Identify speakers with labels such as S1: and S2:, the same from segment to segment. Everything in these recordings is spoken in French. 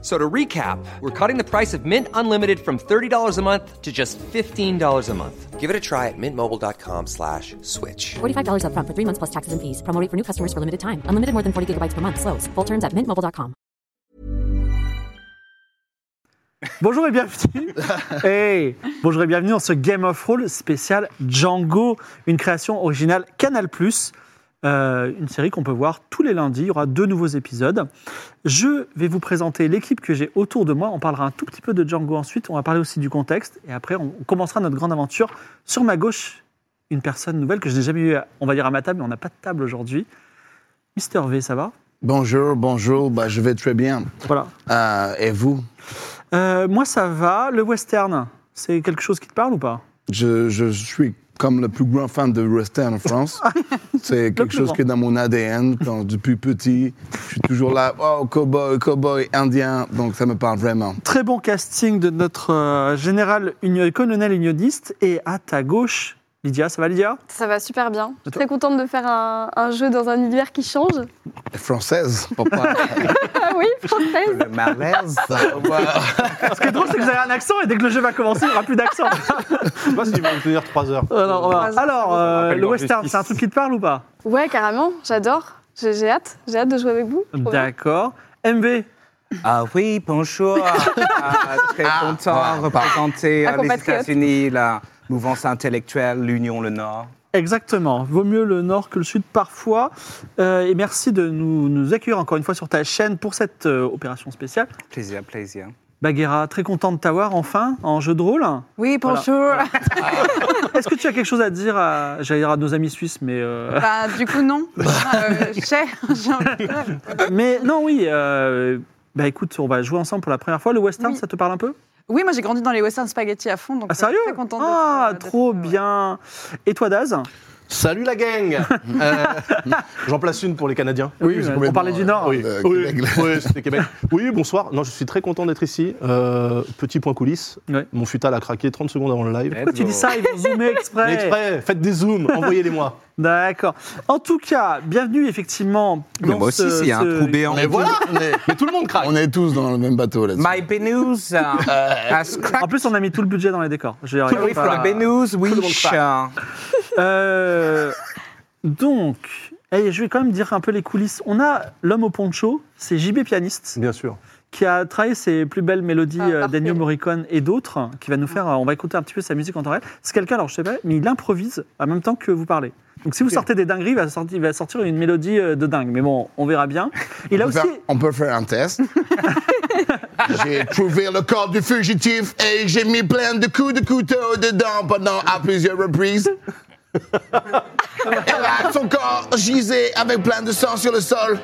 S1: So to recap, we're cutting the price of Mint Unlimited from $30 a month to just $15 a month. Give it a try at mintmobile.com slash switch.
S2: $45 upfront for three months plus taxes and fees. Promo rate for new customers for limited time. Unlimited more than 40 gigabytes per month. Slows. Full terms at mintmobile.com.
S3: Bonjour et bienvenue. Hey, bonjour et bienvenue dans ce Game of Roll spécial Django, une création originale Canal+, euh, une série qu'on peut voir tous les lundis. Il y aura deux nouveaux épisodes. Je vais vous présenter l'équipe que j'ai autour de moi. On parlera un tout petit peu de Django ensuite. On va parler aussi du contexte et après on commencera notre grande aventure. Sur ma gauche, une personne nouvelle que je n'ai jamais eu, on va dire à ma table, mais on n'a pas de table aujourd'hui. Mister V, ça va
S4: Bonjour, bonjour, bah, je vais très bien.
S3: Voilà.
S4: Euh, et vous
S3: Euh, moi, ça va. Le western, c'est quelque chose qui te parle ou pas
S4: je, je suis comme le plus grand fan de western en France. C'est quelque
S3: plus
S4: chose
S3: grand.
S4: qui est dans mon ADN quand, depuis petit. Je suis toujours là, oh, cowboy, cowboy, indien, donc ça me parle vraiment.
S3: Très bon casting de notre euh, général union- colonel unioniste. Et à ta gauche, Lydia, ça va Lydia
S5: Ça va super bien.
S3: Et toi
S5: Très contente de faire un, un jeu dans un univers qui change.
S4: Française, papa.
S5: Ah oui, française.
S4: le malaise. Wow.
S3: Ce qui est drôle, c'est que vous avez un accent et dès que le jeu va commencer, il n'y aura plus d'accent.
S6: Je sais pas si tu vas me tenir 3 heures.
S3: Alors, on va- alors, euh,
S6: rappelle
S3: le
S6: leur
S3: western,
S6: justice.
S3: c'est un truc qui te parle ou pas
S5: Ouais, carrément, j'adore. J'ai j'ai hâte, j'ai hâte de jouer avec vous. Trop bien.
S3: D'accord. MV,
S7: Ah oui, bonjour. Ah, très content de représenter
S5: Un
S7: euh, les
S5: compatriote.
S7: États-Unis, la mouvance intellectuelle, l'Union, le Nord.
S3: exactement. Vaut mieux le nord que le sud parfois. Euh, et merci de nous, nous accueillir encore une fois sur ta chaîne pour cette euh, opération spéciale.
S7: Plaisir, plaisir.
S3: Bagheera, très content de t'avoir enfin en jeu de rôle.
S8: Oui,
S3: Voilà.
S8: bonjour.
S3: Est-ce que tu as quelque chose à dire à, j'allais dire à nos amis suisses, mais euh,
S8: Bah, du coup, non. Euh, j'ai- j'ai un problème.
S3: Mais non, oui. euh, bah écoute, on va jouer ensemble pour la première fois. Le western,
S8: Oui.
S3: ça te parle un peu
S8: oui, moi j'ai grandi dans les western spaghetti à fond, donc
S3: Ah,
S8: euh,
S3: sérieux
S8: très contente. d'être,
S3: Ah,
S8: euh, d'être,
S3: trop
S8: euh, ouais.
S3: bien. Et toi, Daz
S6: Salut la gang Euh, J'en place une pour les Canadiens.
S4: Oui, c'est
S3: on
S4: complètement-
S3: parlait du Nord.
S6: Ah, Oui,
S4: Euh,
S6: oui,
S4: Québec.
S6: oui, c'était Québec. Oui, bonsoir. Non, je suis très content d'être ici. Euh, petit point coulisses.
S3: Ouais.
S6: Mon futal a craqué 30 secondes avant le live.
S3: Pourquoi tu dis ça Ils vont zoomer exprès.
S6: Mais exprès, faites des zooms, envoyez-les-moi.
S3: D'accord. En tout cas, bienvenue effectivement.
S7: Mais
S3: dans
S7: moi aussi,
S3: ce-
S7: c'est un
S3: ce-
S7: trou béant.
S4: Mais voilà, on est,
S6: Mais tout le monde craque.
S4: on est tous dans le même bateau là-dessus.
S7: My Benous uh, has
S3: En
S7: cracked
S3: plus, on a mis tout le budget dans les décors. Je vais
S7: free
S3: regarder pas-
S7: from Benous,
S6: le monde
S7: wish. uh,
S3: Euh, donc, eh, je vais quand même dire un peu les coulisses. On a l'homme au poncho, c'est JB pianiste.
S6: Bien sûr.
S3: qui a travaillé ses plus belles mélodies
S5: Ah,
S3: euh,
S5: parfait. Mm.
S3: d'Ennio Morricone et d'autres, qui va nous faire, euh, on va écouter un petit peu sa musique en temps réel. C'est quelqu'un, alors je sais pas, mais il improvise en même temps que vous parlez. Donc si vous sortez des dingueries, il va sortir, il va sortir une mélodie euh, de dingue. Mais bon, on verra bien. Il a
S4: on, peut
S3: aussi...
S4: faire, on peut faire un test. j'ai trouvé le corps du fugitif et j'ai mis plein de coups de couteau dedans pendant à plusieurs reprises. et là, son corps gisait avec plein de sang sur le sol.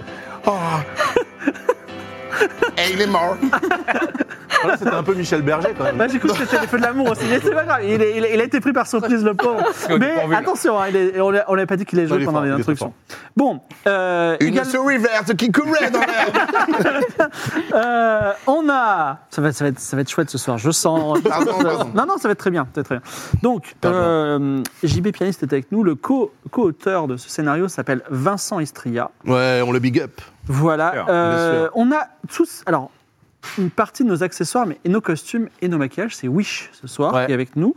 S4: Oh. Et il est mort.
S6: Voilà, c'était un peu Michel Berger quand même.
S3: Bah, j'ai cru que c'était les feux de l'amour aussi, mais c'est pas grave. Il, est- il est- il a été pris par surprise, le pauvre. Mais attention, hein, il est- on l'a- on n'avait pas dit qu'il allait
S6: Non,
S3: joué
S6: il est
S3: pendant
S6: fort,
S3: les
S6: il est très
S3: instructions. Bon, euh,
S4: Une
S3: également-
S4: souris verte qui courait dans l'air.
S3: Euh, on a. Ça va, ça, va être, ça va être chouette ce soir, je sens.
S4: Pardon, pardon.
S3: Non, non, ça va être très bien. ça va être très bien. Donc, euh, JB Pianiste est avec nous. Le co- co-auteur de ce scénario s'appelle Vincent Istria.
S6: Ouais, on le big up.
S3: Voilà.
S7: Bien
S3: euh,
S6: sûr.
S3: on a tous. Alors, une partie de nos accessoires, mais et nos costumes et nos maquillages, c'est Wish ce soir
S6: Ouais.
S3: qui est avec nous.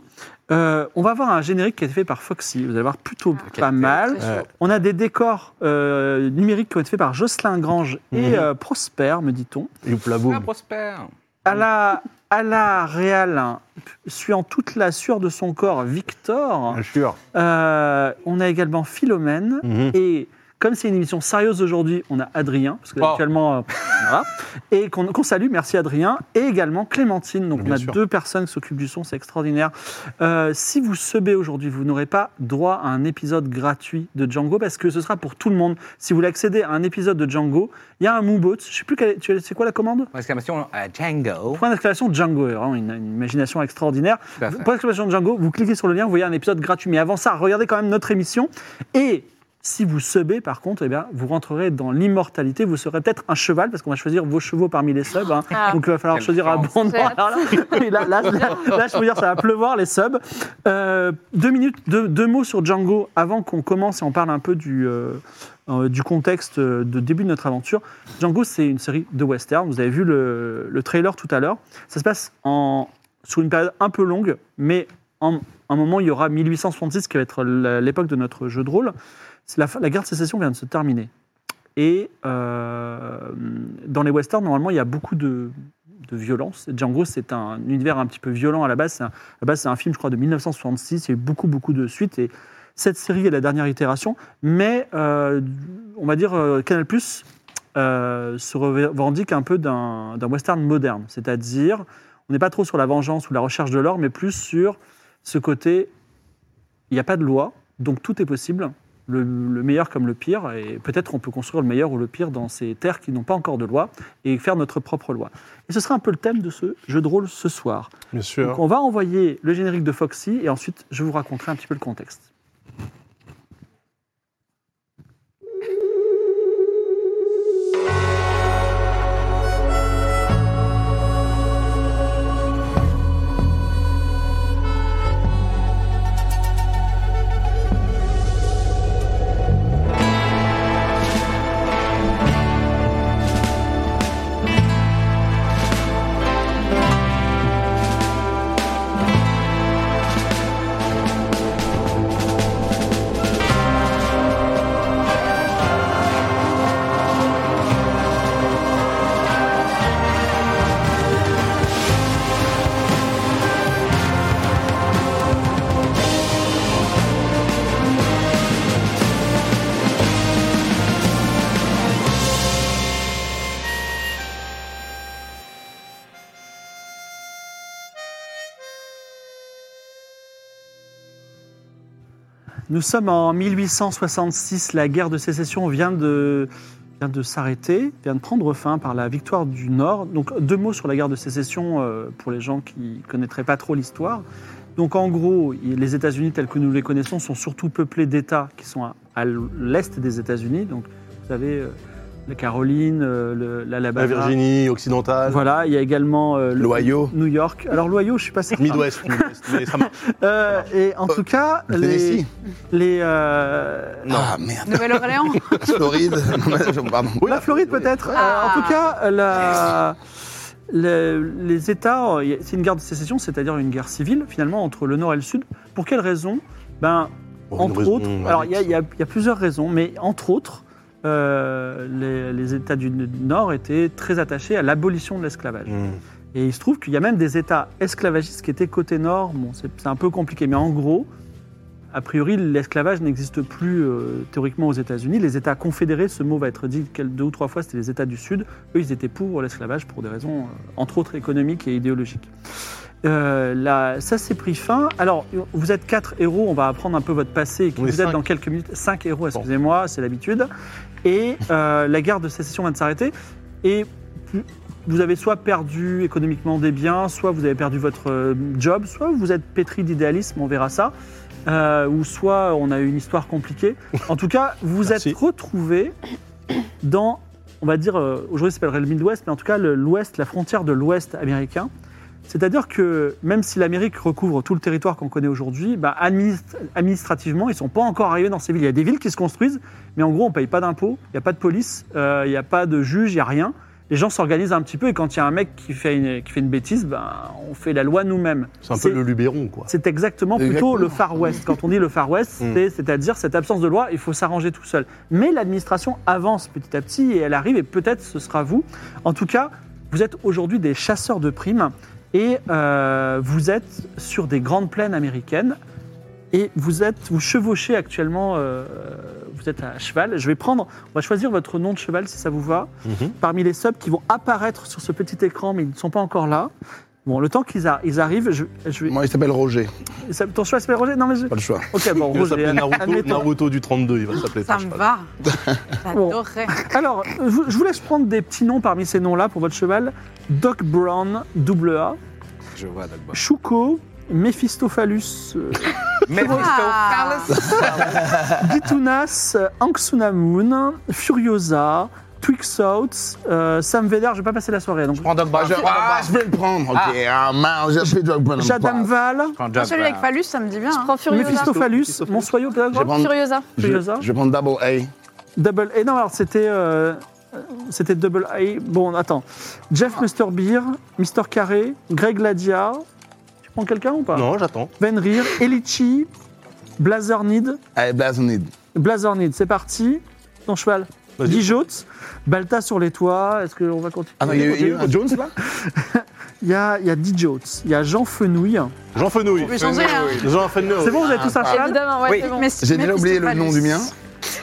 S3: Euh, on va avoir un générique qui a été fait par Foxy. Vous allez voir plutôt pas mal.
S5: Très chaud.
S3: On a des décors euh, numériques qui ont été faits par Jocelyn Grange et
S6: Mhm.
S3: euh, Prosper, me dit-on.
S6: Youpla
S7: ah,
S6: boum.
S7: Prosper.
S3: À la, à la Real, suivant toute la sueur de son corps, Victor.
S6: Bien sûr.
S3: Euh, on a également Philomène.
S6: Mhm.
S3: Et comme c'est une émission sérieuse aujourd'hui, on a Adrien, parce que
S7: Oh.
S3: actuellement, euh, voilà. et qu'on qu'on salue, merci Adrien, et également Clémentine. Donc
S6: Bien
S3: on a
S6: sûr.
S3: deux personnes qui s'occupent du son, c'est extraordinaire. Euh, si vous sebez aujourd'hui, vous n'aurez pas droit à un épisode gratuit de Django, parce que ce sera pour tout le monde. Si vous voulez accéder à un épisode de Django, il y a un Moobot, je sais plus, quelle est- tu- c'est quoi la commande
S7: Exclamation euh, Django.
S3: Point d'exclamation Django, vraiment une, une imagination extraordinaire.
S7: Tout à fait.
S3: Point d'exclamation Django, vous cliquez sur le lien, vous voyez un épisode gratuit. Mais avant ça, regardez quand même notre émission. Et Si vous subez, par contre, eh bien, vous rentrerez dans l'immortalité. Vous serez peut-être un cheval, parce qu'on va choisir vos chevaux parmi les subs. hein.
S8: Ah.
S3: Donc il va falloir
S7: Quelle
S3: choisir
S7: chance.
S3: abondamment.
S5: J'ai hâte.
S3: Alors là, oui, là, là, là, là, je peux vous dire, ça va pleuvoir les subs. Euh, deux minutes, deux, deux mots sur Django avant qu'on commence et on parle un peu du, euh, euh, du contexte euh, de début de notre aventure. Django, c'est une série de western. Vous avez vu le, le trailer tout à l'heure. Ça se passe en, sur une période un peu longue, mais en un moment, il y aura 1866 qui va être la- l'époque de notre jeu de rôle. C'est La, fin- la guerre de sécession vient de se terminer. Et euh, dans les westerns, normalement, il y a beaucoup de, de violence. Django, c'est un univers un petit peu violent à la base. C'est un- À la base, c'est un film, je crois, de 1966. Il y a eu beaucoup, beaucoup de suites. Et cette série est la dernière itération. Mais euh, on va dire, euh, Canal Plus se revendique un peu d'un d'un western moderne. C'est-à-dire, on n'est pas trop sur la vengeance ou la recherche de l'or, mais plus sur ce côté, il n'y a pas de loi, donc tout est possible, le, le meilleur comme le pire, et peut-être on peut construire le meilleur ou le pire dans ces terres qui n'ont pas encore de loi, et faire notre propre loi. Et ce sera un peu le thème de ce jeu de rôle ce soir.
S6: Bien
S3: Donc
S6: sûr.
S3: on va envoyer le générique de Foxy, et ensuite je vous raconterai un petit peu le contexte. Nous sommes en 1866, la guerre de sécession vient de, vient de s'arrêter, vient de prendre fin par la victoire du Nord. Donc deux mots sur la guerre de sécession euh, pour les gens qui connaîtraient pas trop l'histoire. Donc en gros, il- les États-Unis tels que nous les connaissons sont surtout peuplés d'États qui sont à, à l'est des États-Unis. Donc vous avez euh, la Caroline, euh, le- l'Alabama.
S6: La Virginie occidentale,
S3: Voilà, il y a également euh, le-
S4: L'Ohio.
S3: New York. Alors l'Ohio, je suis pas certain.
S6: Midwest, Midwest, mais ça marche.
S3: Euh, et en tout cas,
S4: le
S3: les,
S4: Tennessee.
S3: les, euh,
S4: Ah merde,
S8: Nouvelle-Orléans.
S4: Floride. Pardon.
S6: Oui, Ah.
S3: La Floride peut-être. Euh, en tout cas, la- le- les États, euh, y a- c'est une guerre de sécession, c'est-à-dire une guerre civile finalement entre le Nord et le Sud. Pour quelle raison Ben,
S6: Pour une
S3: entre
S6: raison,
S3: autres,
S6: ouais.
S3: alors il y, a- il y a il y a plusieurs raisons, mais entre autres, euh, les, les États du Nord étaient très attachés à l'abolition de l'esclavage.
S6: Hmm.
S3: Et il se trouve qu'il y a même des États esclavagistes qui étaient côté nord. Bon, c'est c'est un peu compliqué, mais en gros, a priori, l'esclavage n'existe plus euh, théoriquement aux États-Unis. Les États confédérés, ce mot va être dit quel- deux ou trois fois, c'était les États du Sud. Eux, ils étaient pour l'esclavage pour des raisons, euh, entre autres, économiques et idéologiques. Euh, là, ça s'est pris fin. Alors, vous êtes quatre héros, on va apprendre un peu votre passé et qui
S6: On est
S3: vous êtes
S6: cinq.
S3: dans quelques minutes. Cinq héros, excusez-moi, c'est l'habitude. Et euh, la guerre de sécession vient de s'arrêter. Et plus- vous avez soit perdu économiquement des biens, soit vous avez perdu votre euh, job, soit vous êtes pétri d'idéalisme, on verra ça. Euh, ou soit on a eu une histoire compliquée. En tout cas, vous vous êtes
S6: Merci.
S3: retrouvés dans, on va dire, euh, aujourd'hui ça s'appellerait le Midwest, mais en tout cas le- l'Ouest, la frontière de l'Ouest américain. C'est-à-dire que même si l'Amérique recouvre tout le territoire qu'on connaît aujourd'hui, bah, administ- administrativement, ils ne sont pas encore arrivés dans ces villes. Il y a des villes qui se construisent, mais en gros, on ne paye pas d'impôts, il n'y a pas de police, euh, il n'y a pas de juge, il n'y a rien. Les gens s'organisent un petit peu et quand il y a un mec qui fait une, qui fait une bêtise, bah, on fait la loi nous-mêmes.
S6: C'est un peu le Luberon, quoi.
S3: C'est exactement plutôt
S4: Exactement.
S3: le Far West. Quand on dit le Far West,
S6: Mm.
S3: c'est- c'est-à-dire cette absence de loi, il faut s'arranger tout seul. Mais l'administration avance petit à petit et elle arrive et peut-être ce sera vous. En tout cas, vous êtes aujourd'hui des chasseurs de primes et euh, vous êtes sur des grandes plaines américaines et vous êtes vous chevauchez actuellement. euh, vous êtes à cheval. Je vais prendre, on va choisir votre nom de cheval si ça vous va
S6: Mhm.
S3: parmi les subs qui vont apparaître sur ce petit écran, mais ils ne sont pas encore là. Bon, le temps qu'ils a- ils arrivent, je, je vais.
S4: Moi, il s'appelle Roger.
S3: Ça- Ton cheval s'appelle Roger Non, mais je.
S4: Pas le choix.
S3: Ok, bon,
S6: Il va
S3: Roger.
S6: s'appeler Naruto,
S3: admettons.
S6: Naruto du 32, il va s'appeler
S8: Ça
S6: ton
S8: me
S6: cheval.
S8: va. J'adorerais.
S3: Alors, je vous- je vous laisse prendre des petits noms parmi ces noms-là pour votre cheval. Doc Brown, double A.
S4: Je vois, d'accord.
S3: Shuko, Méphistophallus, euh,
S8: Ah.
S3: Gitunas, euh, Anxunamun, Furiosa, Twixouts, euh, Sam Vedar, je vais pas passer la soirée. Donc,
S4: Prends Dogba, je, ah, je vais le prendre. Ok, ah, mince, j'ai pris Dogba. dans le plat.
S3: Jadamval,
S8: Celui avec Phallus, ça me dit bien. hein.
S5: Je prends Furiosa.
S3: Méphistophallus,
S6: Méphistophallus.
S3: mon soyau
S4: Je vais prendre-
S5: Furiosa.
S4: je-
S3: Furiosa.
S4: Je vais prendre Double A.
S3: Double A. Non, alors c'était. euh, c'était Double A. Bon, attends. Jeff Mr. Beer, Mr. Carré, Greg Ladia. Tu prends quelqu'un ou pas
S6: Non, j'attends.
S3: Venrir, Elichi, Blazernid.
S4: Allez, Blasonid.
S3: Blazernid, c'est parti. Ton cheval.
S6: Vas-y.
S3: Dijote, Balta sur les toits. Est-ce qu'on va continuer
S4: Ah non, il y a eu- il y a eu un Jones là
S3: Il y a, il y a Dijote, il y a Jean Fenouille.
S6: Jean Fenouille.
S8: peut changer, hein.
S6: Jean Fenouille.
S3: C'est bon, vous avez tous un
S4: Ah,
S3: cheval
S5: Évidemment, ouais,
S7: Oui.
S5: c'est bon.
S8: Mais-
S4: J'ai déjà
S8: mais
S4: oublié le nom du mien.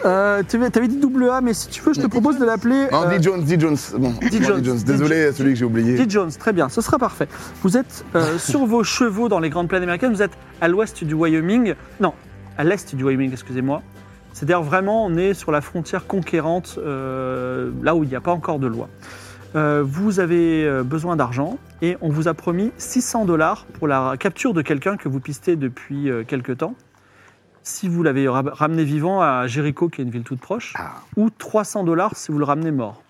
S3: euh, Tu avais- t'avais dit double A, mais si tu veux, je te propose de l'appeler.
S4: Non,
S3: euh,
S4: D. Jones, D. Jones. Bon, D.
S3: Jones.
S4: Jones. Désolé, celui que j'ai oublié.
S3: Dee Jones, très bien, ce sera parfait. Vous êtes euh, sur vos chevaux dans les grandes plaines américaines, vous êtes à l'ouest du Wyoming, non, à l'est du Wyoming, excusez-moi. C'est-à-dire vraiment, on est sur la frontière conquérante, euh, là où il n'y a pas encore de loi. Euh, vous avez euh, besoin d'argent et on vous a promis 600 dollars pour la capture de quelqu'un que vous pistez depuis euh, quelque temps. Si vous l'avez ra- ramené vivant à Jéricho, qui est une ville toute proche, ou 300 dollars si vous le ramenez mort.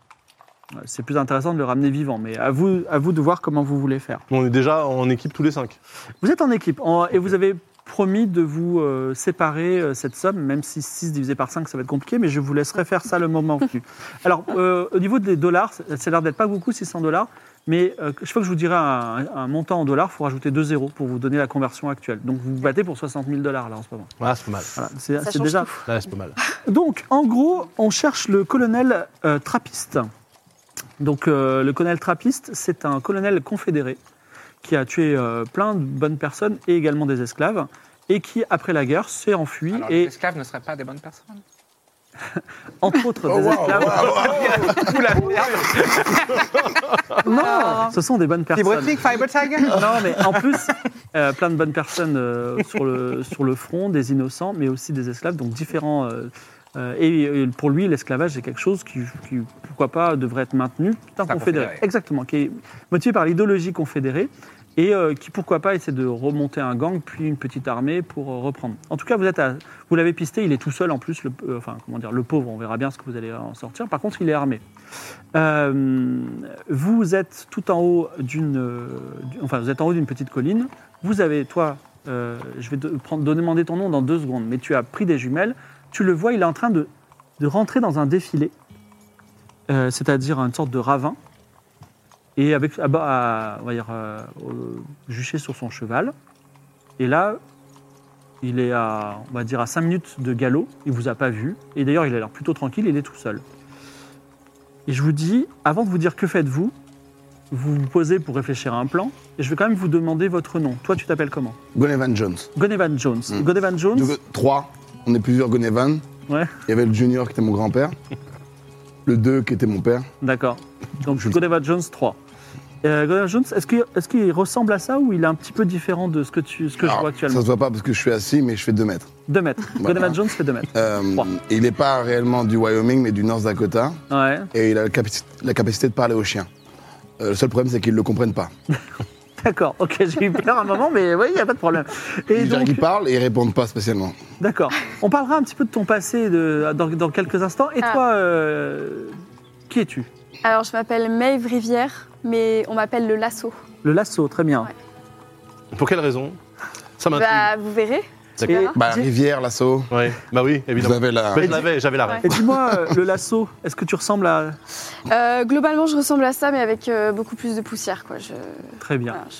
S3: Euh, C'est plus intéressant de le ramener vivant, mais à vous, à vous de voir comment vous voulez faire.
S6: On est déjà en équipe tous les cinq.
S3: Vous êtes en équipe en- et vous avez promis de vous euh, séparer euh, cette somme, même si 6 divisé par 5, ça va être compliqué, mais je vous laisserai faire ça le moment venu. Alors, euh, au niveau des dollars, ça ça a l'air d'être pas beaucoup, 600 dollars, mais euh, chaque fois que je vous dirai un, un montant en dollars, il faut rajouter 2 zéros pour vous donner la conversion actuelle. Donc, vous vous battez pour 60 000 dollars là en ce moment.
S6: Ah, c'est pas mal.
S3: Voilà, c'est
S5: Ça
S3: c'est
S5: change
S3: déjà...
S6: Là, c'est pas mal.
S3: Donc, en gros, on cherche le colonel euh, Trappiste. Donc, euh, le colonel Trappiste, c'est un colonel confédéré qui a tué euh, plein de bonnes personnes et également des esclaves, et qui, après la guerre, s'est enfui,
S7: Alors, les
S3: et
S7: esclaves ne seraient pas des bonnes personnes.
S3: entre autres
S4: Oh,
S3: des
S4: wow,
S3: esclaves. Non, ce sont des bonnes personnes.
S7: Fibrotic, Fiber Tiger
S3: Non, mais en plus, euh, plein de bonnes personnes euh, sur, le, sur le front, des innocents, mais aussi des esclaves, donc différents. euh, euh, et, et pour lui, l'esclavage, c'est quelque chose qui, qui, pourquoi pas, devrait être maintenu. C'est un
S7: C'est un
S3: confédéré.
S7: confédéré.
S3: Exactement, qui est motivé par l'idéologie confédérée et euh, qui, pourquoi pas, essaie de remonter un gang, puis une petite armée pour euh, reprendre. En tout cas, vous, êtes à- vous l'avez pisté, il est tout seul en plus, le, euh, enfin, comment dire, le pauvre, on verra bien ce que vous allez en sortir. Par contre, il est armé. Euh, vous êtes tout en haut d'une, euh, du- enfin, vous êtes en haut d'une petite colline. Vous avez, toi, euh, je vais te, prendre, te demander ton nom dans deux secondes, mais tu as pris des jumelles. Tu le vois, il est en train de, de rentrer dans un défilé, euh, c'est-à-dire une sorte de ravin, et avec, à, bas- à- on va dire, euh, euh, juché sur son cheval. Et là, il est à, on va dire, à 5 minutes de galop. Il vous a pas vu, et d'ailleurs, il a l'air plutôt tranquille. Il est tout seul. Et je vous dis, avant de vous dire que faites-vous, vous vous posez pour réfléchir à un plan, et je vais quand même vous demander votre nom. Toi, tu t'appelles comment
S4: Gonevan Jones.
S3: Gonevan Jones. Gonevan Jones
S4: Donc, euh, trois. On est plusieurs Gonevan.
S3: Ouais,
S4: Il y avait le Junior qui était mon grand-père. Le 2 qui était mon père.
S3: d'accord. Donc Gonevan Jones 3. Euh, Gonevan Jones, est-ce qu'il est-ce qu'il ressemble à ça ou il est un petit peu différent de ce que, tu, ce que je
S4: Alors,
S3: vois
S4: Ça
S3: actuellement
S4: se voit pas parce que je suis assis, mais je fais 2 mètres.
S3: 2 mètres.
S4: Voilà.
S3: Gonevan Jones fait 2 mètres.
S4: Euh,
S3: Trois.
S4: il n'est pas réellement du Wyoming, mais du North Dakota.
S3: Ouais,
S4: Et il a la, capaci- la capacité de parler aux chiens. Euh, le seul problème, c'est qu'ils ne le comprennent pas.
S3: d'accord. Ok, j'ai eu peur un moment, mais oui, il n'y a pas de problème. Et
S4: Ils,
S3: donc,
S4: ils parlent et ils répondent pas spécialement.
S3: D'accord. On parlera un petit peu de ton passé de- dans, dans quelques instants. Et
S5: Ah.
S3: toi, euh, qui es-tu
S5: Alors, je m'appelle Maeve Rivière, mais on m'appelle le lasso.
S3: Le lasso, très bien.
S5: Ouais.
S6: Pour quelle raison Ça m'intrigue.
S5: Bah, vous verrez.
S6: D'accord.
S3: Et-
S4: Bah, la
S3: Dis-
S4: rivière, l'assaut.
S6: Ouais. Bah oui,
S4: Vous
S6: évidemment.
S4: avez la.
S6: Mais je l'avais, j'avais la rêve.
S3: Et dis-moi, euh, le lasso, est-ce que tu ressembles à...
S5: Euh, globalement, je ressemble à ça, mais avec euh, beaucoup plus de poussière, quoi. Je...
S3: Très bien.
S5: voilà, je-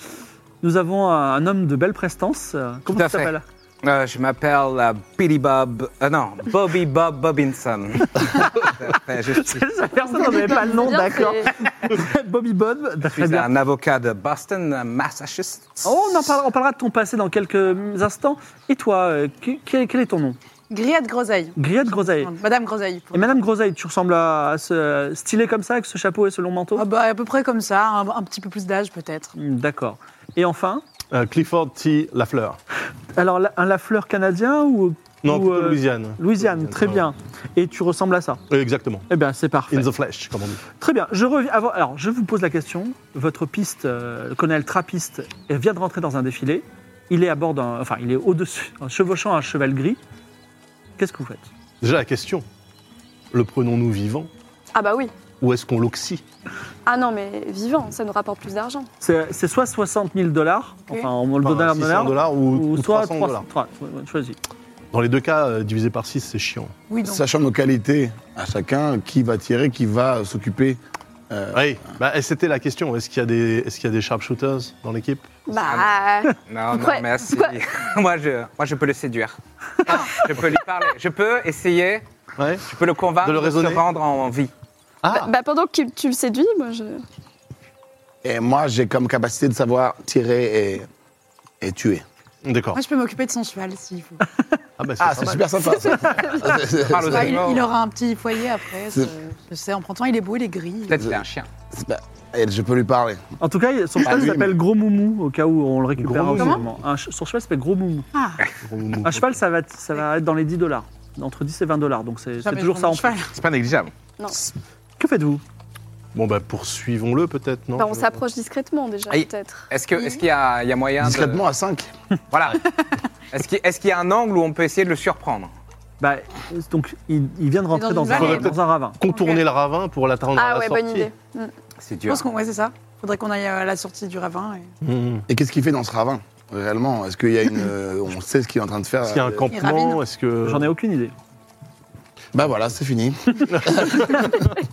S3: Nous avons un un homme de belle prestance. euh, Comment
S7: Tout à
S3: tu t'appelles
S7: Euh, Je m'appelle euh, Billy Bob. euh, non, Bobby Bob Bobinson. Euh, je suis,
S3: C'est la personne n'en avait pas le nom,
S5: Bien,
S3: d'accord.
S5: c'est-
S3: Bobby Bob,
S7: je
S3: très
S7: suis
S3: bien.
S7: un avocat de Boston, euh, Massachusetts.
S3: Oh, on, en parlera, on parlera de ton passé dans quelques instants. Et toi, euh, qui- quel, quel est ton nom
S8: Grillade Groseille.
S3: Griette Groseille.
S8: Madame Groseille.
S3: Et Madame Groseille, tu ressembles à, à ce stylet comme ça, avec ce chapeau et ce long manteau
S8: Ah bah, à peu près comme ça, un, un petit peu plus d'âge peut-être.
S3: Hmm, D'accord. Et enfin,
S6: Euh, Clifford T. Lafleur.
S3: alors la- un Lafleur canadien ou...
S6: Non,
S3: ou,
S6: plutôt
S3: euh,
S6: Louisiane.
S3: Louisiane, très bien. Et tu ressembles à ça.
S6: Euh, Exactement.
S3: Eh bien, c'est parfait.
S6: In the flesh, comme on dit.
S3: Très bien. Je reviens. avant- alors, je vous pose la question. Votre piste, euh, le colonel Trappiste, elle vient de rentrer dans un défilé. Il est à bord d'un. Enfin, il est au-dessus, en chevauchant un cheval gris. Qu'est-ce que vous faites
S6: Déjà la question, le prenons-nous vivant
S5: Ah bah oui.
S6: ou est-ce qu'on l'oxy
S5: Ah non, mais vivant, ça nous rapporte plus d'argent.
S3: C'est c'est soit 60 000 dollars,
S5: Ok.
S3: enfin en dollar,
S6: 600 dollars ou,
S3: ou
S6: ou
S3: soit
S6: 300
S3: 300
S6: dollars.
S3: trois- ouais, Choisis.
S6: Dans les deux cas, euh, divisé par 6, c'est chiant.
S8: Oui, donc.
S4: Sachant nos qualités, à chacun, qui va tirer, qui va s'occuper. euh,
S6: Oui, bah, et c'était la question. Est-ce qu'il y a des, est-ce qu'il y a des sharpshooters dans l'équipe
S5: Bah.
S7: Non, non,
S5: Pourquoi-
S7: merci.
S5: pourquoi-
S7: moi, je, moi, je peux le séduire. je peux lui parler. Je peux essayer.
S6: Ouais.
S7: Je peux le convaincre
S6: De le raisonner.
S7: se rendre en vie.
S6: Ah,
S5: Bah pendant que tu le séduis, moi je.
S4: Et moi, j'ai comme capacité de savoir tirer et, et tuer.
S6: d'accord.
S8: Moi, je peux m'occuper de son cheval s'il faut.
S6: Ah, bah, c'est
S4: Ah,
S6: pas
S4: c'est
S6: mal.
S4: super sympa. ça. C'est-
S7: Parle aux
S8: Ouais, il,
S7: animaux.
S8: il aura un petit foyer après.
S4: C'est-
S8: Je je sais, en prenant, il est beau, il est gris.
S7: Peut-être qu'il a un chien.
S4: c'est pas- et je peux lui parler.
S3: En tout cas, son cheval
S4: lui,
S3: s'appelle Gros Moumou, au cas où on le récupère
S6: Bah Gros
S3: un
S6: Moumou.
S3: moment. Un ch- Son cheval s'appelle Gros Moumou.
S8: Ah,
S3: Un cheval, ça va, être- ça va être dans les 10 dollars, entre 10 et 20 dollars, donc c'est c'est
S8: jamais
S3: toujours
S8: je
S3: ça en
S8: prends mon
S3: plus.
S8: cheval.
S7: C'est pas négligeable.
S5: Non.
S3: Que faites-vous
S6: Bon, bah, poursuivons-le peut-être, non
S5: Bah, on s'approche discrètement déjà,
S7: Aïe.
S5: peut-être.
S7: Est-ce que- est-ce qu'il y, a il y a moyen de-
S4: Discrètement à 5.
S7: Voilà. Est-ce qu'il est-ce qu'il y a un angle où on peut essayer de le surprendre
S3: bah, Donc, il, il vient de rentrer
S8: dans
S3: dans,
S8: une
S3: un-
S8: vallée,
S3: dans un ravin.
S6: Contourner
S8: Ok.
S6: le ravin pour l'attendre à
S5: Ah
S6: la
S5: ouais,
S6: sortie.
S5: bonne idée. Mm.
S7: C'est
S8: Je
S7: dur.
S8: pense qu'on, ouais, c'est ça. Faudrait qu'on aille à la sortie du ravin. et-
S6: Mmh.
S4: Et qu'est-ce qu'il fait dans ce ravin Réellement, est-ce qu'il y a une. euh, on sait ce qu'il est en train de faire.
S6: Est-ce qu'il y a un
S4: euh,
S6: campement
S8: ravine.
S6: Est-ce que
S3: J'en ai aucune idée.
S4: Bah voilà, c'est fini.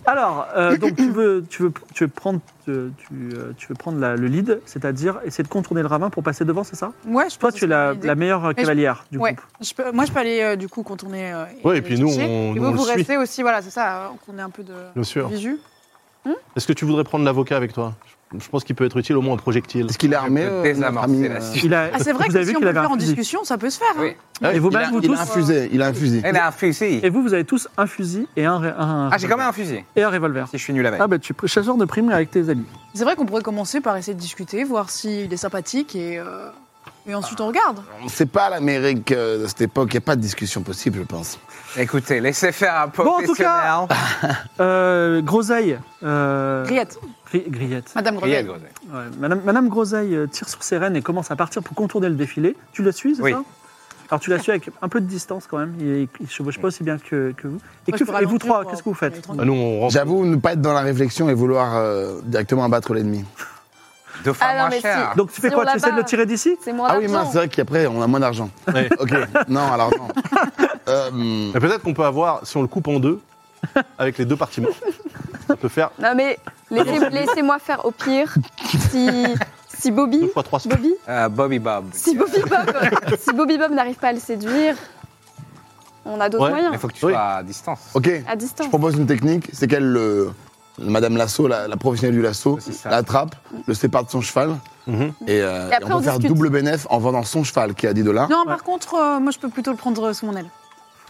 S3: Alors, euh, donc tu veux, tu veux, tu veux prendre, tu, tu, euh, tu veux prendre la- le lead, c'est-à-dire essayer de contourner le ravin pour passer devant, c'est ça
S8: Ouais, je
S3: Toi,
S8: pense
S3: tu es
S8: que c'est
S3: la,
S8: une bonne idée.
S3: la meilleure euh,
S8: je-
S3: cavalière du
S8: Ouais.
S3: groupe.
S8: Je peux- moi, je peux aller euh, du coup contourner. euh,
S6: Ouais, et puis nous,
S8: chercher.
S6: on-
S8: Et
S6: nous, on
S8: vous, vous
S6: le suit.
S8: restez aussi, voilà, c'est ça, euh, qu'on ait un peu de
S6: Bien sûr. Euh,
S8: visu.
S6: Est-ce que tu voudrais prendre l'avocat avec toi Je pense qu'il peut être utile au moins en projectile.
S4: Est-ce qu'il est armé
S7: Je peux
S4: euh,
S7: désamorcer
S4: notre ami,
S7: la
S4: euh,
S7: suite.
S3: Il a,
S8: Ah, c'est vrai
S3: vous
S8: que
S3: avez
S8: si
S3: vu qu'il
S8: on peut le
S3: avait
S8: faire en
S3: un fusil.
S8: discussion, ça peut se faire.
S7: euh,
S8: hein.
S7: Oui.
S3: Et vous,
S4: il,
S3: même
S4: a,
S3: vous
S4: il a un
S3: tous,
S4: fusil. Il a un fusil.
S7: Elle a un fusil.
S3: et vous, vous avez tous un fusil et un, ré- un-
S7: Ah, j'ai quand même un fusil.
S3: et un revolver.
S7: Si je suis nul avec.
S3: Ah bah tu es chasseur de primes avec tes amis.
S8: hein. C'est vrai qu'on pourrait commencer par essayer de discuter, voir s'il est sympathique et, euh, et ensuite on regarde.
S4: C'est pas l'Amérique euh, de cette époque. Il n'y a pas de discussion possible, je pense.
S7: Écoutez, laissez faire un
S3: Bon, en tout
S7: professionnel.
S3: cas- Euh, Groseille. euh,
S8: Griette, Ah.
S3: Gri- Grillette.
S8: Madame
S7: Rien
S8: Griette.
S7: de gros.
S3: Ouais, Madame, Madame Groseille euh, tire sur ses rênes et commence à partir pour contourner le défilé. Tu la suis, c'est
S7: Oui.
S3: ça Alors tu la suis avec un peu de distance quand même. Il, il chevauche pas aussi bien que, que vous. Et, que-
S8: Moi, je peux
S3: et vous
S8: ralentir
S3: trois,
S8: pour-
S3: qu'est-ce que vous
S8: pour aller
S3: faites
S6: Ah,
S8: tranquille.
S6: Nous, on rentre.
S4: J'avoue ne pas être dans la réflexion et vouloir euh, directement abattre l'ennemi.
S7: Deux fois
S5: Ah non,
S7: moins
S5: mais
S7: cher.
S3: Donc tu fais
S5: Si
S3: quoi
S5: on
S3: Tu essaies de le
S5: l'abat.
S3: tirer d'ici
S5: C'est moins
S4: Ah oui,
S5: d'argent.
S4: mince, c'est vrai qu'après, on a moins d'argent.
S6: Ouais.
S4: Ok, non, alors non. Euh,
S6: Mais Peut-être qu'on peut avoir, si on le coupe en deux, avec les deux parties mortes, on peut faire
S5: Non mais laissez- laissez-moi faire au pire. Si, si
S6: deux
S5: Bobby,
S6: fois trois semaines.
S5: Bobby,
S7: Euh, Bobby Bob.
S5: si Bobby Bob, si Bobby Bob n'arrive pas à le séduire, on a d'autres
S6: Ouais,
S7: Il
S5: moyens.
S7: faut que tu
S6: Oui.
S7: sois à distance.
S4: ok,
S5: À
S4: je
S5: distance.
S4: propose une technique, c'est qu'elle, le- Madame Lasso, la, la professionnelle du lasso,
S7: C'est ça.
S4: l'attrape, le sépare de son cheval,
S3: Mmh.
S6: Mhm.
S4: et, euh,
S5: Et après,
S4: et on peut
S5: on
S4: faire
S5: discute.
S4: double bénéf en vendant son cheval qui a 10 dollars.
S8: Non, par contre, euh, moi je peux plutôt le prendre sous mon aile.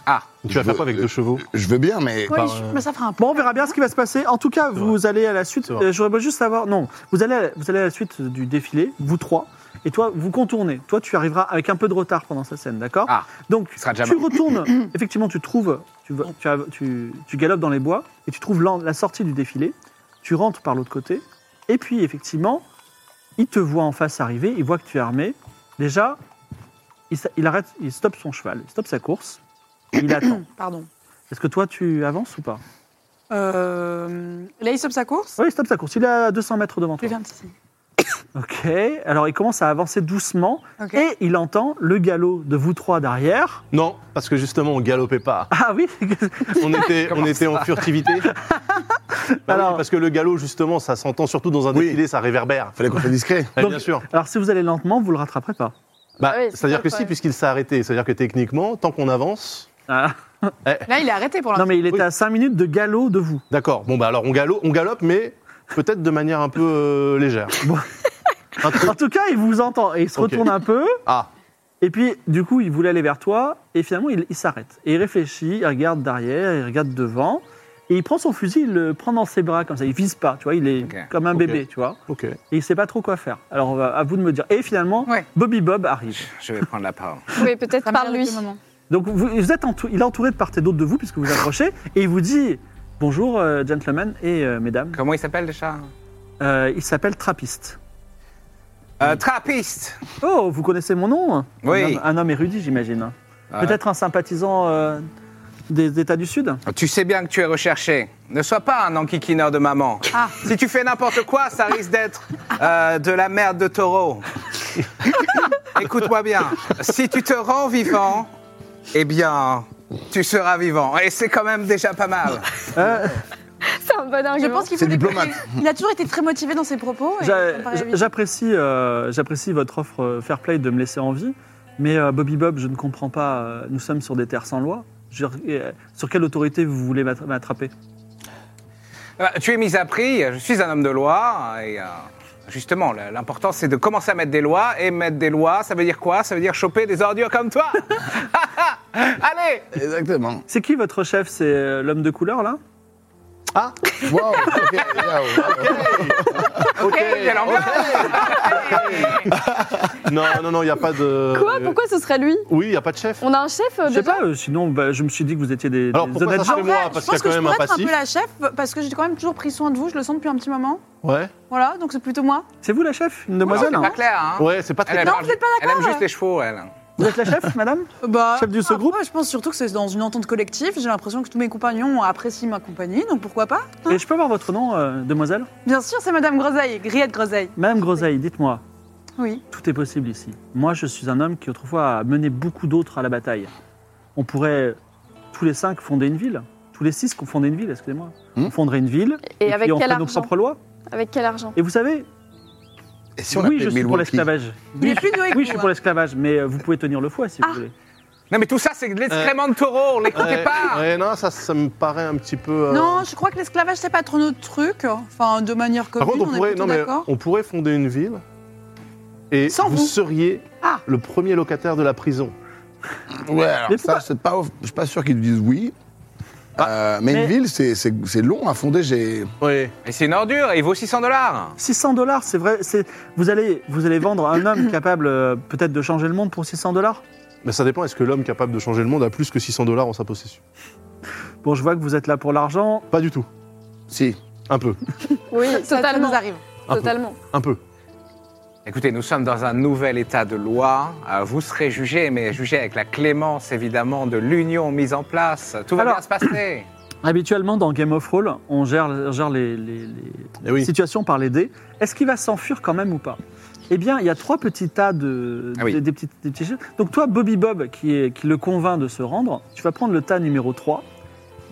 S7: Ah,
S6: Tu vas faire quoi avec deux chevaux
S4: Je veux bien, mais
S8: Oui,
S6: Par,
S8: je-
S6: euh,
S8: mais ça fera un peu.
S3: Bon, on verra bien ce qui va se passer. En tout cas, vous allez à la suite.
S6: C'est vrai.
S3: euh, J'aurais beau juste savoir. Non, vous allez, à la- vous allez à la suite du défilé, vous trois. Et toi, vous contournez. Toi, tu arriveras avec un peu de retard pendant cette scène, d'accord
S7: Ah.
S3: Donc,
S7: Tu seras déjà
S3: tu
S7: mort.
S3: retournes. Effectivement, tu trouves. Tu, vas- tu, av- tu- tu galopes dans les bois et tu trouves l'en- la sortie du défilé. Tu rentres par l'autre côté. Et puis, effectivement, il te voit en face arriver. Il voit que tu es armé. Déjà, il, s- il arrête. Il stoppe son cheval. Il stoppe sa course. et il attend.
S8: Pardon.
S3: Est-ce que toi, tu avances ou pas
S8: Euh, là, il stoppe sa course.
S3: Oui, stop sa course. Il est à 200 mètres devant
S8: Je lui
S3: toi.
S8: fais un petit signe.
S3: Ok. Alors, il commence à avancer doucement
S8: Ok.
S3: et il entend le galop de vous trois derrière.
S6: Non, parce que justement, on galopait pas.
S3: Ah oui
S6: On était, on
S7: Comment
S6: était en furtivité. Bah
S3: Alors-
S6: oui, parce que le galop, justement, ça s'entend surtout dans un
S4: Oui.
S6: défilé, ça réverbère.
S4: fallait qu'on soit discret.
S6: Eh,
S3: Donc-
S6: bien sûr.
S3: Alors, si vous allez lentement, vous le rattraperez pas.
S6: Bah,
S5: Ah oui, c'est
S6: C'est-à-dire
S5: ça,
S6: que
S5: le
S6: si,
S5: problème.
S6: puisqu'il s'est arrêté. C'est-à-dire que techniquement, tant qu'on avance.
S3: Ah.
S8: Là, il est arrêté pour
S3: Non,
S8: l'instant.
S3: mais il était
S6: Oui.
S3: à 5 minutes de galop de vous.
S6: D'accord. Bon, bah alors on galope, on galope mais peut-être de manière un peu euh, légère. Un truc-
S3: En tout cas, il vous entend et il se
S6: Ok.
S3: retourne un peu.
S6: Ah,
S3: Et puis, du coup, il voulait aller vers toi et finalement, il, il s'arrête. Et il réfléchit, il regarde derrière, il regarde devant. Et il prend son fusil, il le prend dans ses bras comme ça. Il vise pas, tu vois. Il est
S7: Ok.
S3: comme un
S6: Ok.
S3: bébé, tu vois.
S6: ok.
S3: Et il sait pas trop quoi faire. Alors, on va- à vous de me dire. Et finalement,
S8: Ouais.
S3: Bobby Bob arrive.
S7: je vais prendre la parole.
S5: Oui, peut-être
S8: Ça me vient
S5: par
S8: depuis
S5: lui.
S8: le moment.
S3: Donc vous, vous êtes entou- il est entouré de part et d'autre de vous puisque vous approchez et il vous dit bonjour euh, gentlemen et euh, mesdames.
S7: Comment il s'appelle déjà
S3: Euh, il s'appelle Trappiste.
S7: Euh, trappiste.
S3: Oh, vous connaissez mon nom
S7: Oui.
S3: Un homme, un homme érudit, j'imagine. Peut-être un sympathisant euh, des États du Sud
S7: Tu sais bien que tu es recherché. Ne sois pas un enquiquineur de maman.
S8: Ah.
S7: Si tu fais n'importe quoi, ça risque d'être euh, de la merde de taureau. Écoute-moi bien. Si tu te rends vivant, eh bien, tu seras vivant. Et c'est quand même déjà pas mal.
S3: Euh,
S5: C'est un bon
S8: Ah, Je
S5: argument.
S8: pense qu'il faut
S4: C'est
S8: des
S4: diplomate.
S8: Il a toujours été très motivé dans ses propos. et ça
S3: j'a-
S8: me paraît
S3: j'a-
S8: évident.
S3: J'apprécie euh, j'apprécie votre offre euh, fair play de me laisser en vie, mais euh, Bobby Bob, je ne comprends pas. euh, nous sommes sur des terres sans loi. Je- euh, sur quelle autorité vous voulez m'attra- m'attraper
S7: Euh, Tu es mis à prix, je suis un homme de loi, et euh, justement, le- l'important c'est de commencer à mettre des lois, et mettre des lois, ça veut dire quoi Ça veut dire choper des ordures comme toi Allez
S4: Exactement.
S3: C'est qui votre chef C'est euh, l'homme de couleur, là
S4: Wow, ok, wow, wow.
S6: Eh,
S7: Ok, quelle ambiance
S6: Non, non, non, il n'y a pas de.
S5: Quoi Pourquoi ce serait lui
S6: Oui, il n'y a pas de chef.
S5: On a un chef euh,
S3: Euh, Je sais
S5: déjà
S3: pas, euh, sinon bah, je me suis dit que vous étiez des,
S6: Alors,
S3: des
S6: pourquoi
S3: honnêtes
S6: ça
S3: gens.
S6: serait- moi,
S8: Ouais,
S6: parce
S8: je
S6: qu'il
S8: pense
S6: y
S8: que
S6: a quand
S8: je
S6: même un
S8: pourrais être un
S6: passif.
S8: peu la chef, parce que j'ai quand même toujours pris soin de vous, je le sens depuis un petit moment.
S6: Ouais.
S8: Voilà, donc c'est plutôt moi.
S3: C'est vous la chef Une
S7: Alors,
S3: demoiselle
S7: C'est pas
S3: hein
S7: clair, hein
S6: Ouais, c'est pas très
S7: Elle, elle
S8: Non,
S6: clair.
S7: parle-
S8: vous êtes pas
S7: elle aime
S8: d'accord
S7: juste les chevaux, elle.
S3: Vous êtes la chef, madame
S8: Bah,
S3: Chef de ce
S8: après,
S3: groupe
S8: Je pense surtout que c'est dans une entente collective. J'ai l'impression que tous mes compagnons apprécient ma compagnie, donc pourquoi pas hein
S3: Et je peux avoir votre nom, euh, demoiselle
S8: Bien sûr, c'est Madame Groseille, Griette Groseille.
S3: Madame Groseille, dites-moi,
S8: Oui.
S3: tout est possible ici. Moi, je suis un homme qui autrefois a mené beaucoup d'autres à la bataille. On pourrait tous les cinq fonder une ville. Tous les six qu'on fondait une ville, excusez-moi.
S4: Hmm.
S3: On fonderait une ville
S5: Et avec
S3: puis on
S5: quel
S3: ferait nos
S5: argent
S3: propres lois.
S5: Avec quel argent
S3: Et vous savez,
S4: Et si on
S3: oui, je
S4: l'appelait
S3: suis pour
S4: Milwaukee
S3: l'esclavage.
S8: Il
S3: Oui,
S8: est plus doué que
S3: oui, je suis
S8: vous,
S3: pour
S8: hein.
S3: l'esclavage, mais euh, vous pouvez tenir le fouet si
S5: Ah.
S3: vous voulez.
S7: Non mais tout ça c'est de l'excrément de taureau, on l'écoutait
S6: Ouais,
S7: pas
S6: ouais, non, ça, ça me paraît un petit peu. euh,
S8: Non, je crois que l'esclavage, c'est pas trop notre truc. Enfin, de manière
S6: Par
S8: commune,
S6: contre, on,
S8: on,
S6: pourrait,
S8: est plutôt
S6: non, mais
S8: d'accord.
S6: on pourrait fonder une ville et
S8: Sans
S6: vous,
S8: vous.
S6: seriez
S8: Ah.
S6: le premier locataire de la prison.
S4: Ouais, alors
S3: Mais pourquoi- Ah,
S4: ça, c'est pas, je suis pas sûr qu'ils disent oui. Euh, mais,
S3: Mais-
S4: une ville, c'est- c'est c'est long à fonder. J'ai
S6: Oui.
S7: Et c'est une ordure, et il vaut 600 dollars
S3: 600 dollars, c'est vrai. c'est- Vous allez, vous allez vendre un homme capable euh, peut-être de changer le monde pour 600 dollars
S6: Mais ça dépend, est-ce que l'homme capable de changer le monde a plus que 600 dollars en sa possession
S3: Bon, je vois que vous êtes là pour l'argent.
S6: Pas du tout.
S4: si.
S6: Un peu.
S5: Oui,
S8: Ça, ça
S5: totalement.
S8: nous arrive.
S6: Un peu.
S5: totalement.
S6: Un peu.
S7: Écoutez, nous sommes dans un nouvel état de loi, Euh, vous serez jugé, mais jugé avec la clémence évidemment de l'union mise en place, tout va
S3: Alors-
S7: bien se passer
S3: Habituellement, dans Game of Roll, on gère, on gère les, les- les
S6: Eh oui.
S3: situations par les dés. Est-ce qu'il va s'enfuir quand même ou pas Eh bien, il y a trois petits tas de,
S7: Ah oui.
S3: des, des petites, des petits choses. Donc toi, Bobby Bob, qui, est- qui le convainc de se rendre, tu vas prendre le tas numéro 3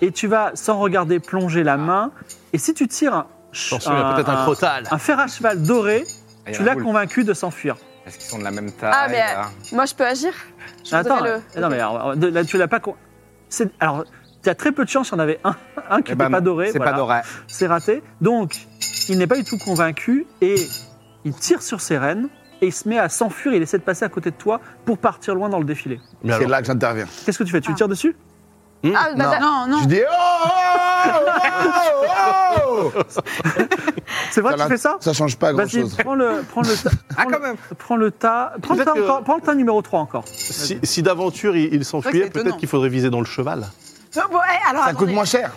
S3: et tu vas, sans regarder, plonger la main. Et si tu tires un,
S6: Attention, il y a peut-être un crottal.
S3: un fer à cheval doré,
S7: Ah, il y en
S3: tu
S7: a
S3: l'as
S7: cool.
S3: convaincu de s'enfuir.
S7: Est-ce qu'ils sont de la même taille
S5: Ah, mais-
S7: hein
S5: Moi, je peux agir Je
S3: Attends,
S5: voudrais le-
S3: non mais alors, de- là, tu l'as pas. con- c'est- Alors, tu as très peu de chance, il y en avait un, un qui
S7: Eh
S3: n'était
S7: ben
S3: pas
S7: non,
S3: doré.
S7: C'est
S3: voilà.
S7: pas doré.
S3: C'est raté. Donc, il n'est pas du tout convaincu et il tire sur ses rênes et il se met à s'enfuir. Il essaie de passer à côté de toi pour partir loin dans le défilé.
S6: Mais
S4: C'est
S6: alors,
S4: là que j'interviens.
S3: Qu'est-ce que tu fais Tu lui tires dessus Hmm.
S5: Ah, bah,
S4: Non.
S5: t'as-
S8: Non, non.
S4: Je dis oh, oh, oh, oh
S3: C'est vrai,
S4: l'int-
S3: tu fais ça
S4: Ça change pas grand
S3: Vas-y,
S4: chose.
S3: prends le, prends le, ta-
S7: Ah,
S3: prends
S7: quand
S3: le-
S7: même
S3: prends le tas, prends le
S6: Peut-être
S3: tas,
S6: que-
S3: encore- prends le tas numéro 3 encore.
S6: si, si d'aventure il, il
S8: C'est
S6: s'enfuyait,
S8: vrai que c'est étonnant.
S6: peut-être qu'il faudrait viser dans le cheval.
S8: Non, bon, eh,
S3: Ah,
S8: alors,
S4: Ça coûte
S8: attendez.
S4: moins cher.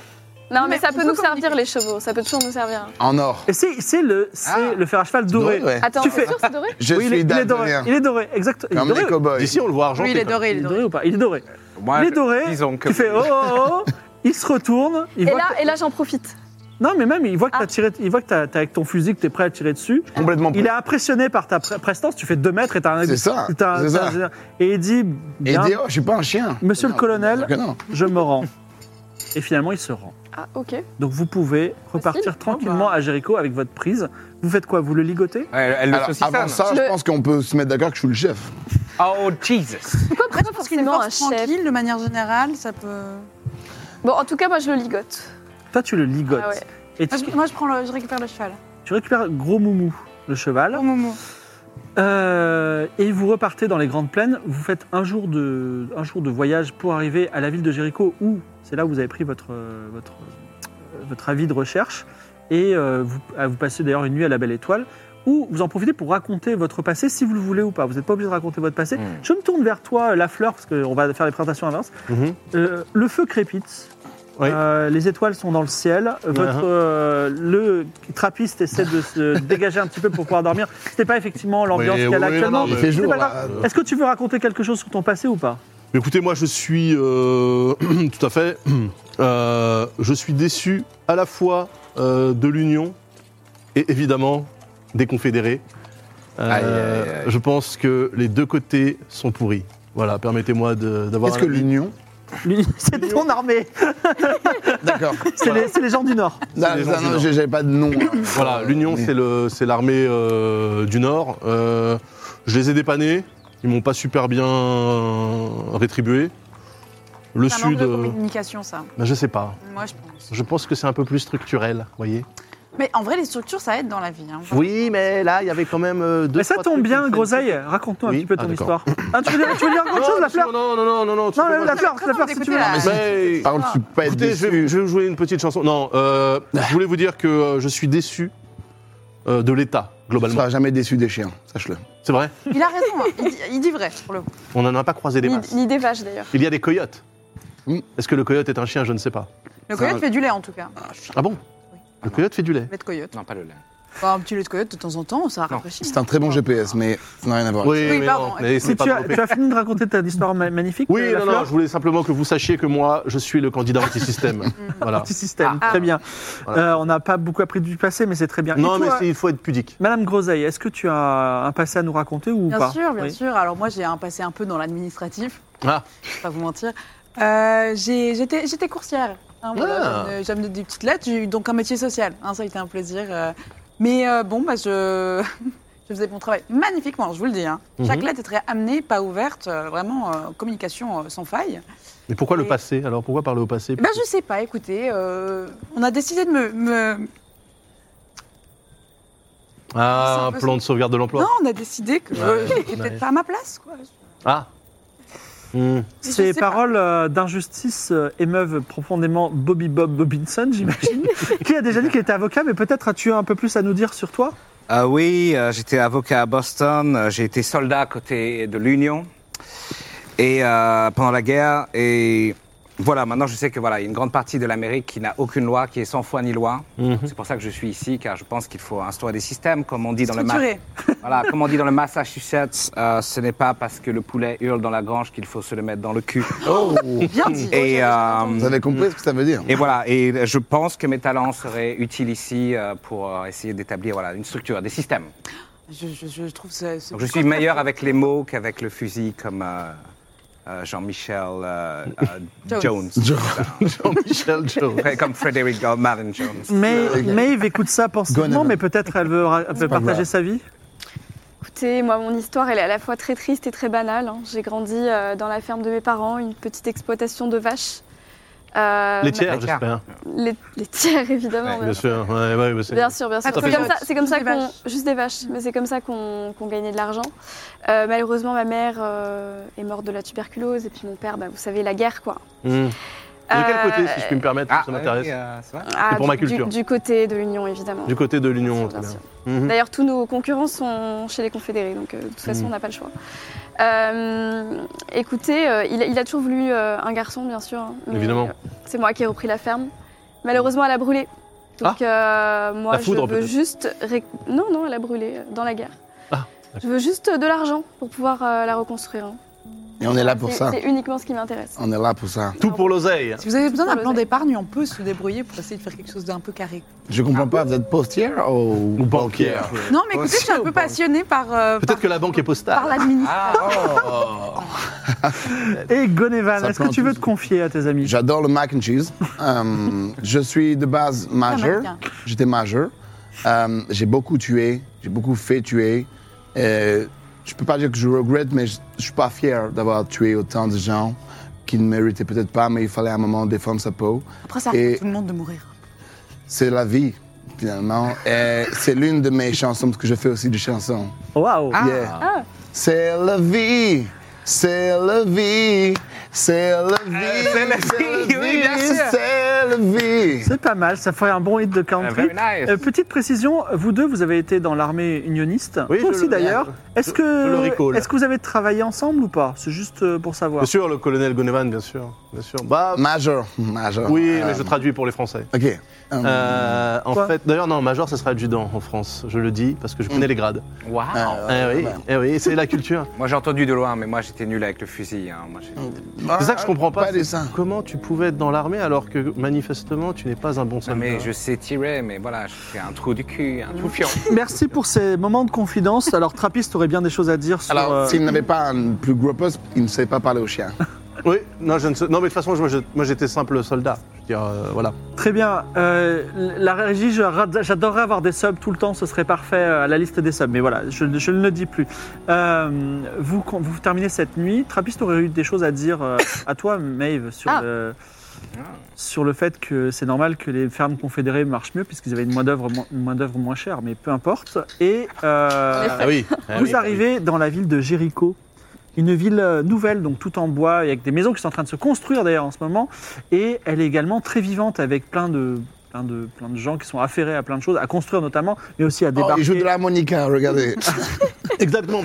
S5: Non, mais
S8: Mais
S5: ça
S8: on
S5: peut
S8: peut
S5: nous
S8: communiquer.
S5: servir, les chevaux. Ça peut toujours nous servir.
S4: En or.
S3: Et c'est, c'est le, c'est
S7: Ah.
S3: le fer à cheval doré.
S4: Ouais.
S5: Attends,
S3: Tu
S5: tu
S3: fais-
S5: sûr, c'est doré
S4: Je
S3: Oui, il, est,
S4: suis
S3: il est doré.
S4: daltonien.
S3: Il est doré, exact. Il est
S4: Comme
S3: doré.
S4: les cow-boys.
S6: D'ici, on le voit
S8: Oui,
S6: argenté.
S8: il est
S6: quand même.
S8: doré, il
S3: Il
S8: est
S3: est
S8: doré.
S3: doré ou pas Il est doré.
S7: Moi,
S3: il est
S7: je-
S3: doré.
S7: Disons que
S3: Il fait oh, oh, oh. Il se retourne. Il
S5: Et
S3: voit
S5: là, et là j'en profite.
S3: que- Non, mais même, il voit que
S5: Ah.
S3: t'as tiré, il voit que t'as- t'as avec ton fusil que t'es prêt à tirer dessus.
S4: Complètement.
S3: Il est impressionné par ta pre- prestance. Tu fais deux mètres et t'as un.
S4: C'est ça,
S3: t'as-
S4: c'est
S3: t'as- Et il dit,
S4: Et il
S3: bien,
S4: dit oh, je suis pas un chien.
S3: Monsieur le
S4: Non,
S3: colonel.
S4: que non.
S3: je me rends. Et finalement, il se rend.
S5: Ah, ok.
S3: Donc vous pouvez
S5: Oh,
S3: repartir
S5: bah.
S3: tranquillement à Jéricho avec votre prise. Vous faites quoi Vous le ligotez
S7: Ouais, elle le
S4: Alors, avant
S7: saucissonne.
S4: ça,
S5: Je
S4: je
S5: le-
S4: pense qu'on peut se mettre d'accord que je suis le chef.
S7: Oh Jesus
S5: Pourquoi,
S8: Après,
S5: pourquoi
S8: je pense qu'une
S5: forcément un
S8: force
S5: chef
S8: tranquille, de manière générale, ça peut.
S5: Bon, en tout cas, moi, je le ligote.
S3: Toi, tu le ligotes.
S5: Ah ouais.
S3: Et
S8: Moi,
S3: tu,
S8: je, moi, je prends le- je récupère le cheval.
S3: tu récupères Gros Moumou, le cheval.
S8: Pour le moment.
S3: Euh, et vous repartez dans les grandes plaines. Vous faites un jour de, un jour de voyage pour arriver à la ville de Jéricho, où c'est là où vous avez pris votre, euh, votre, euh, votre avis de recherche. Et euh, vous, ah, vous passez d'ailleurs une nuit à la Belle Étoile, où vous en profitez pour raconter votre passé, si vous le voulez ou pas. Vous n'êtes pas obligé de raconter votre passé. Je me tourne vers toi, euh, La Fleur, parce qu'on va faire les présentations inverses.
S6: Mhm.
S3: Euh, le feu crépite.
S6: Oui.
S4: Ah.
S3: Euh, les étoiles sont dans le ciel. Votre,
S6: Uh-huh.
S3: euh, le trappiste essaie de se dégager un petit peu pour pouvoir dormir. C'était pas effectivement l'ambiance
S6: Oui,
S3: qu'elle a
S6: oui,
S3: actuellement.
S6: non, non, mais
S4: il fait
S3: C'est
S4: jour,
S3: pas grave.
S4: là.
S3: Est-ce que tu veux raconter quelque chose sur ton passé ou pas
S6: Mais Écoutez, moi je suis euh, tout à fait. euh, je suis déçu à la fois euh, de l'Union et évidemment des confédérés. Euh,
S4: Aïe, aïe, aïe.
S6: Je pense que les deux côtés sont pourris. Voilà, permettez-moi de- d'avoir.
S4: Qu'est-ce
S6: un
S4: que
S6: avis.
S4: l'union
S3: Lui, C'est ton armée.
S4: D'accord.
S3: C'est les, c'est les gens du Nord.
S4: Non,
S6: les gens
S4: non,
S6: du
S4: non,
S6: Nord.
S4: j'ai- j'avais pas de nom. hein.
S6: Voilà, l'Union,
S4: Mais-
S6: c'est le- c'est l'armée euh, du Nord. Euh, je les ai dépannés. Ils m'ont pas super bien rétribué. Le
S8: C'est un manque
S6: Sud,
S8: de
S6: euh,
S8: communication, ça.
S6: ben, je sais pas.
S8: Moi, je pense.
S6: Je pense que c'est un peu plus structurel, voyez.
S8: Mais en vrai, les structures, ça aide dans la vie. hein.
S6: Oui, mais là, il y avait quand même euh, deux.
S3: Mais ça
S6: trois
S3: tombe
S6: trucs
S3: bien,
S6: qui-
S3: Groseille. Raconte-nous un
S6: Oui.
S3: petit peu
S6: Ah,
S3: ton
S6: d'accord.
S3: histoire. Ah, tu, veux dire, tu veux dire
S6: Non,
S3: autre chose, la fleur
S6: Non, non, non, non, non.
S3: Non, la,
S6: excusez-moi.
S3: la fleur, la fleur, si tu veux.
S8: Écoutez, là,
S6: Mais-
S4: Par contre, tu peux pas être
S6: Écoutez, je vais,
S4: déçu.
S6: je vais vous jouer une petite chanson. Non, euh, je voulais vous dire que euh, je suis déçu euh, de l'État,
S4: Tu
S6: globalement.
S4: seras jamais déçu des chiens, sache-le.
S6: C'est vrai
S8: Il a raison, hein. il, dit, il dit vrai pour le coup.
S6: On n'en a pas croisé des masses.
S5: L'idée vache d'ailleurs.
S6: Il y a des coyotes.
S4: Mm.
S6: Est-ce que le coyote est un chien Je ne sais pas.
S8: Le
S4: Ça
S8: coyote
S4: va.
S8: fait du lait en tout cas.
S6: Ah bon Le coyote fait du lait.
S8: Lait de coyote.
S7: Non, pas le lait.
S8: Enfin, Bah, un petit lait de coyote de temps en temps, ça rafraîchit.
S4: C'est un très bon GPS, mais ça n'a rien à voir.
S8: Oui,
S6: mais
S8: pardon,
S6: non, mais c'est
S3: Mais
S6: pas
S3: tu, as,
S6: développé.
S3: tu as fini de raconter ta histoire ma- magnifique
S6: Oui,
S3: euh, la
S6: non,
S3: fleur
S6: non, je voulais simplement que vous sachiez que moi, je suis le candidat anti-système. voilà.
S3: Petit système,
S8: Ah.
S3: très bien.
S6: Voilà.
S3: Euh, on n'a pas beaucoup appris du passé, mais c'est très bien.
S6: Non,
S3: Et
S6: mais
S3: toi,
S6: c'est- il faut être pudique.
S3: Madame Groseille, est-ce que tu as un passé à nous raconter ou
S8: Bien
S3: pas
S8: sûr, bien
S3: Oui.
S8: sûr. Alors moi, j'ai un passé un peu dans l'administratif,
S6: Ah,
S8: je vais pas vous mentir. Euh, j'ai- J'étais j'étais coursière. hein, voilà,
S6: Ah.
S8: j'aime- J'aime des- des petites lettres, j'ai eu donc un métier social. hein, ça a été un plaisir. euh. mais euh, bon, bah, je... je faisais mon travail magnifiquement, je vous le dis. hein. Chaque
S6: Mhm.
S8: lettre était amenée, pas ouverte, euh, vraiment euh, communication euh, sans faille.
S6: mais pourquoi le
S8: Et-
S6: passé Alors, pourquoi parler au passé
S8: Ben, je sais pas, écoutez, euh, on a décidé de me. me-
S6: Ah, un
S8: C'est un peu
S6: Ah, plan de sauvegarde de l'emploi.
S8: Non, on a décidé que
S6: Ouais,
S8: j'étais
S6: ouais.
S8: peut-être pas à ma place, quoi.
S6: Ah. Hmm.
S8: Je
S3: Ces
S8: sais pas.
S3: paroles euh, d'injustice euh, émeuvent profondément Bobby Bob Bobinson, j'imagine, qui a déjà dit qu'il était avocat, mais peut-être as-tu un peu plus à nous dire sur toi
S7: Ah oui, euh, j'étais avocat à Boston, euh, j'ai été soldat à côté de l'Union et euh, pendant la guerre et voilà, maintenant je sais que voilà, il y a une grande partie de l'Amérique qui n'a aucune loi, qui est sans foi ni loi.
S3: Mhm.
S7: C'est pour ça que je suis ici car je pense qu'il faut instaurer des systèmes comme on dit dans le Ma-
S8: Structuré.
S7: voilà, comme on dit dans le Massachusetts, euh, ce n'est pas parce que le poulet hurle dans la grange qu'il faut se le mettre dans le cul.
S4: Oh
S8: Bien dit.
S7: Et euh,
S4: Vous avez compris ce que ça veut dire
S7: Et voilà, et je pense que mes talents seraient utiles ici euh, pour euh, essayer d'établir voilà, une structure, des systèmes.
S8: Je, je- je trouve ça. c'est-
S7: Donc je suis meilleur avec les mots qu'avec le fusil, comme euh, euh, Jean-Michel euh, euh, Jones.
S8: Jones.
S6: Jean-Michel Joe.
S7: Enfin, comme Frederick Goldman Jones.
S3: Mais
S4: Euh,
S3: Maeve écoute ça pensivement,
S4: Gone.
S3: mais peut-être elle veut, ra- elle veut
S4: pas
S3: partager
S4: grave.
S3: sa vie.
S5: Écoutez, moi, mon histoire, elle est à la fois très triste et très banale. hein. J'ai grandi euh, dans la ferme de mes parents, une petite exploitation de vaches. Euh,
S6: Les
S7: D'accord.
S6: tiers, j'espère.
S5: ma- les- laitières, évidemment.
S6: Bien sûr. Ouais, ouais, ouais, c'est-
S5: Bien sûr, bien sûr.
S8: Ah,
S5: C'est
S6: t'as
S5: comme
S8: fait-
S5: ça, c'est comme ça
S8: Juste des
S5: qu'on
S8: vaches.
S5: juste des vaches, mais c'est comme ça qu'on qu'on gagnait de l'argent. Euh, malheureusement, ma mère euh, est morte de la tuberculose et puis mon père, bah, vous savez, la guerre quoi.
S6: Hmm. De quel
S5: Euh,
S6: côté, si je puis me permettre, ça m'intéresse
S7: oui, euh, ça va
S5: ah,
S6: C'est pour
S5: du-
S6: ma culture.
S5: Du, du côté de l'Union, évidemment.
S6: Du côté de l'Union,
S5: Bien sûr,
S6: très
S5: bien
S6: bien.
S5: sûr.
S6: Mhm.
S5: D'ailleurs, tous nos concurrents sont chez les Confédérés, donc euh, de toute façon,
S6: Mhm.
S5: on n'a pas le choix. Euh, écoutez, euh, il, a- il a toujours voulu euh, un garçon, bien sûr. hein, mais,
S6: Évidemment.
S5: euh, c'est moi qui ai repris la ferme. Malheureusement, elle a brûlé. Donc, euh, moi,
S6: La
S5: je
S6: foudre,
S5: veux
S6: peut-être.
S5: juste. ré- Non, non, elle a brûlé euh, dans la guerre.
S6: Ah,
S5: je veux juste euh, de l'argent pour pouvoir euh, la reconstruire. hein.
S4: Et on est là pour
S5: C'est
S4: ça.
S5: c'est uniquement ce qui m'intéresse.
S4: On est là pour ça.
S6: Tout pour l'oseille.
S8: Si vous avez besoin d'un
S5: Pour
S8: plan
S5: l'oseille.
S8: d'épargne, on peut se débrouiller pour essayer de faire quelque chose d'un peu carré.
S4: Je comprends pas, vous êtes postière ou,
S6: Ou banquière.
S8: Non, mais écoutez, je suis un peu passionnée par, euh, par,
S6: Peut-être que la banque est
S8: par
S6: postale.
S8: l'administration.
S7: Ah,
S6: Euh,
S3: Et Gonevan,
S4: Ça
S3: est-ce que
S4: plante
S3: tu veux
S4: tous.
S3: te confier à tes amis
S4: J'adore le mac and cheese. Euh, je suis de base majeur.
S8: Américain.
S4: J'étais majeur. Euh, j'ai beaucoup tué, j'ai beaucoup fait tuer. Euh, je peux pas dire que je regrette, mais je, je suis pas fier d'avoir tué autant de gens qui ne méritaient peut-être pas, mais il fallait à un moment défendre sa peau.
S8: Après, ça
S4: Et-
S8: arrive à tout le monde de mourir.
S4: C'est la vie, finalement. Et c'est l'une de mes chansons, parce que je fais aussi des chansons.
S3: Waouh
S6: Ah.
S4: Yeah. C'est la vie, c'est la vie, C'est
S6: Euh,
S4: la vie.
S7: c'est la vie, oui, bien sûr.
S4: C'est la vie.
S3: C'est pas mal, ça ferait un bon hit de
S7: Ah,
S3: country.
S7: very nice.
S3: Euh, petite précision, vous deux, vous avez été dans l'armée unioniste.
S6: Oui,
S3: Toi
S6: je
S3: aussi
S6: le-
S3: d'ailleurs. Est-ce
S6: je le
S3: que,
S6: recall.
S3: est que vous avez travaillé ensemble ou pas C'est juste euh, pour savoir.
S6: Bien sûr, le colonel Gonevan, bien sûr. Bien sûr. Bah,
S4: Major. Major.
S6: oui,
S4: Euh,
S6: mais je traduis pour les Français.
S4: Ok.
S6: Euh,
S3: Quoi
S6: en fait, d'ailleurs, non, major, ça sera adjudant en France. Je le dis parce que je connais les grades.
S7: Wow.
S4: Euh,
S6: Eh oui,
S4: bah.
S6: eh oui, c'est la culture.
S7: Moi j'ai entendu de loin, mais moi j'étais nul avec le fusil. hein. Moi, j'ai-
S4: Mm.
S6: C'est ça que je comprends pas.
S4: euh, Ah, Pas
S6: c'est
S4: des seins.
S6: Comment tu pouvais être dans l'armée alors que manifestement tu n'es pas un bon
S7: Non,
S6: soldat
S7: mais je sais tirer, mais voilà, je fais un trou du cul, un trou fion.
S3: Merci pour ces moments de confidence. Alors, Trappiste aurait bien des choses à dire sur.
S4: Alors,
S3: euh,
S4: s'il n'avait pas un plus gros poste, il ne savait pas parler aux chiens.
S6: Oui, non, je ne sais- non, mais de toute façon, je- moi, je- moi, j'étais simple soldat. Je veux dire, euh, voilà.
S3: Très bien. Euh, la régie, je rad- j'adorerais avoir des subs tout le temps, ce serait parfait euh, à la liste des subs, mais voilà, je, ne- je ne le dis plus. Euh, vous, con- vous terminez cette nuit. Trappiste aurait eu des choses à dire euh, à toi, Maeve, sur,
S8: Ah.
S3: le, sur le fait que c'est normal que les fermes confédérées marchent mieux, puisqu'ils avaient une main-d'œuvre mo- une main-d'œuvre moins chère, mais peu importe. Et euh,
S6: Ah oui. ah
S3: vous
S6: oui.
S3: arrivez dans la ville de Jéricho, une ville euh, nouvelle, donc tout en bois, et avec des maisons qui sont en train de se construire d'ailleurs en ce moment. Et elle est également très vivante avec plein de, plein de, plein de gens qui sont affairés à plein de choses, à construire notamment, mais aussi à
S4: Oh, il
S3: débarquer.
S4: joue de l'harmonica, regardez.
S6: Exactement.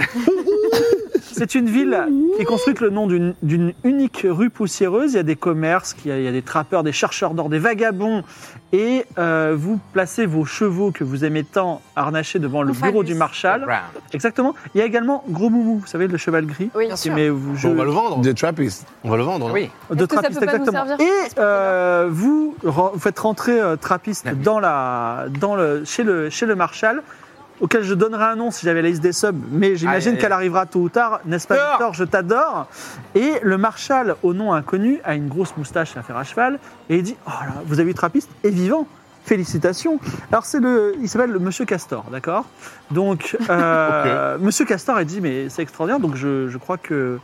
S3: C'est une ville qui est construite le nom d'une d'une unique rue poussiéreuse. Il y a des commerces, il y a, il y a des trappeurs, des chercheurs d'or, des vagabonds. Et euh, vous placez vos chevaux que vous aimez tant harnachés devant le
S8: Au
S3: bureau
S8: phallus.
S3: du marshal.
S7: Brown.
S3: Exactement. Il y a également Gros Moumou, vous savez, le cheval gris.
S8: Bien
S3: qui
S8: sûr.
S3: met- vous- je-
S6: Bon, bah, on va le vendre.
S4: The Trappist.
S6: On va le vendre. hein. non
S7: Oui,
S3: De
S5: Est-ce que ça
S3: Trappiste,
S5: peut pas nous
S3: exactement.
S5: servir à
S3: Et
S5: ce moment-là
S3: euh, vous, ren- vous faites rentrer euh, Trappiste dans la, dans le, chez, le, chez le Marshal, auquel je donnerai un nom si j'avais la liste des subs, mais j'imagine
S7: Allez.
S3: qu'elle arrivera tôt ou tard, n'est-ce pas,
S7: Victor
S3: Victor Je t'adore. Et le Marshal, au nom inconnu, a une grosse moustache à faire à cheval, et il dit Oh là, vous avez eu Trappiste Et vivant Félicitations. Alors c'est le, il s'appelle le Monsieur Castor, d'accord Donc euh, Monsieur Castor a dit mais c'est extraordinaire, donc je, je crois que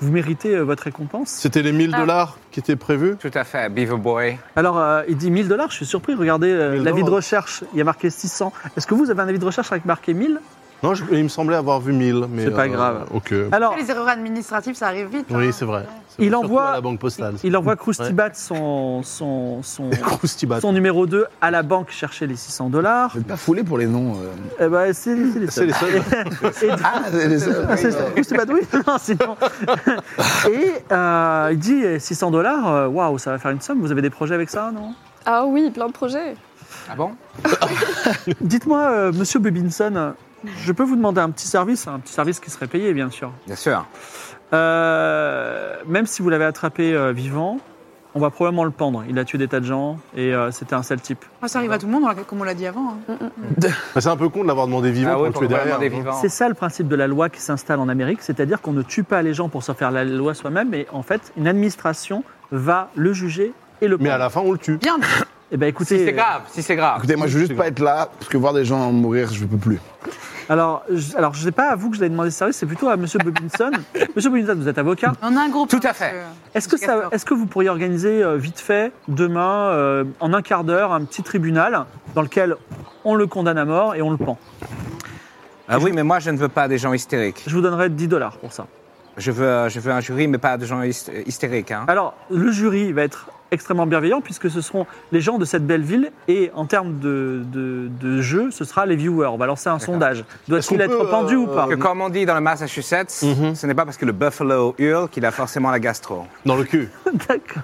S3: vous méritez euh, votre récompense.
S6: C'était les 1000 dollars qui étaient prévus.
S7: tout à fait, Beaver Boy.
S3: Alors, euh, il dit 1000 dollars, je suis surpris. Regardez euh,
S6: 1000
S3: l'avis de
S6: dollars.
S3: recherche, il y a marqué 600. Est-ce que vous avez un avis de recherche avec marqué 1000
S6: Non, je- il me semblait avoir vu 1000, mais.
S3: C'est pas
S6: euh,
S3: grave.
S6: Ok.
S3: Alors,
S8: Les erreurs administratives, ça arrive vite. hein.
S6: Oui, c'est vrai. C'est
S3: Il
S6: surtout
S3: envoie-
S6: à la banque postale.
S3: il envoie Krusty
S6: Ouais.
S3: Bat son, son, son,
S6: Croustibat.
S3: son numéro 2 à la banque chercher les 600 dollars.
S4: Vous n'êtes pas foulé pour les noms. euh.
S3: Eh ben, c'est c'est les
S6: C'est
S3: seuls.
S6: les seuls.
S3: Et-
S4: Ah, c'est les seuls.
S3: Ah, c'est ça. Ou c'est pas de oui, non, sinon. Et euh, il dit eh, 600 dollars, waouh, ça va faire une somme. Vous avez des projets avec ça, non
S5: Ah oui, plein de projets.
S7: Ah bon
S3: Dites-moi, euh, monsieur Bubinson, je peux vous demander un petit service, un petit service qui serait payé, bien sûr.
S7: Bien sûr.
S3: Euh, même si vous l'avez attrapé euh, vivant, on va probablement le pendre. Il a tué des tas de gens et euh, c'était un sale type.
S8: Ah, Ça arrive à tout le monde, hein, comme on l'a dit avant. hein.
S6: Bah, C'est un peu con de l'avoir demandé vivant
S7: ah
S6: pour
S7: oui,
S6: le
S7: pour
S6: tuer
S7: vraiment
S6: derrière.
S7: des
S6: hein.
S7: vivants.
S3: C'est ça le principe de la loi qui s'installe en Amérique, c'est-à-dire qu'on ne tue pas les gens pour se faire la loi soi-même, mais en fait, une administration va le juger et le
S6: Mais
S3: pendre.
S6: à la fin, on le tue.
S8: Bien.
S3: Eh ben,
S7: Si
S3: écoutez,
S7: c'est grave, si c'est grave.
S4: Écoutez, moi, je veux juste pas être là, parce que voir des gens mourir, je ne peux plus.
S3: euh, alors, je, alors, je sais pas à vous que je l'ai demandé ce service, c'est plutôt à Monsieur Bobinson. Monsieur Bobinson, vous êtes avocat.
S8: On a un groupe.
S7: Tout à
S8: hein,
S7: fait.
S8: parce
S3: Est-ce que, ça- est-ce que vous pourriez organiser euh, vite fait, demain, euh, en un quart d'heure, un petit tribunal dans lequel on le condamne à mort et on le pend
S7: Ah oui, mais moi je ne veux pas des gens hystériques.
S3: Je vous donnerai 10 dollars pour ça.
S7: Je veux, euh, je veux un jury, mais pas de gens hyst- hystériques. Hein.
S3: Alors, le jury va être extrêmement bienveillant puisque ce seront les gens de cette belle ville et en termes de, de- de jeu, ce sera les viewers. On va lancer un sondage. Doit-il
S6: qu'on
S3: être
S6: peut, euh,
S3: pendu ou pas
S7: Que comme on dit dans le Massachusetts, ce n'est pas parce que le buffalo hurle qu'il a forcément la gastro.
S6: Dans le cul.
S3: D'accord.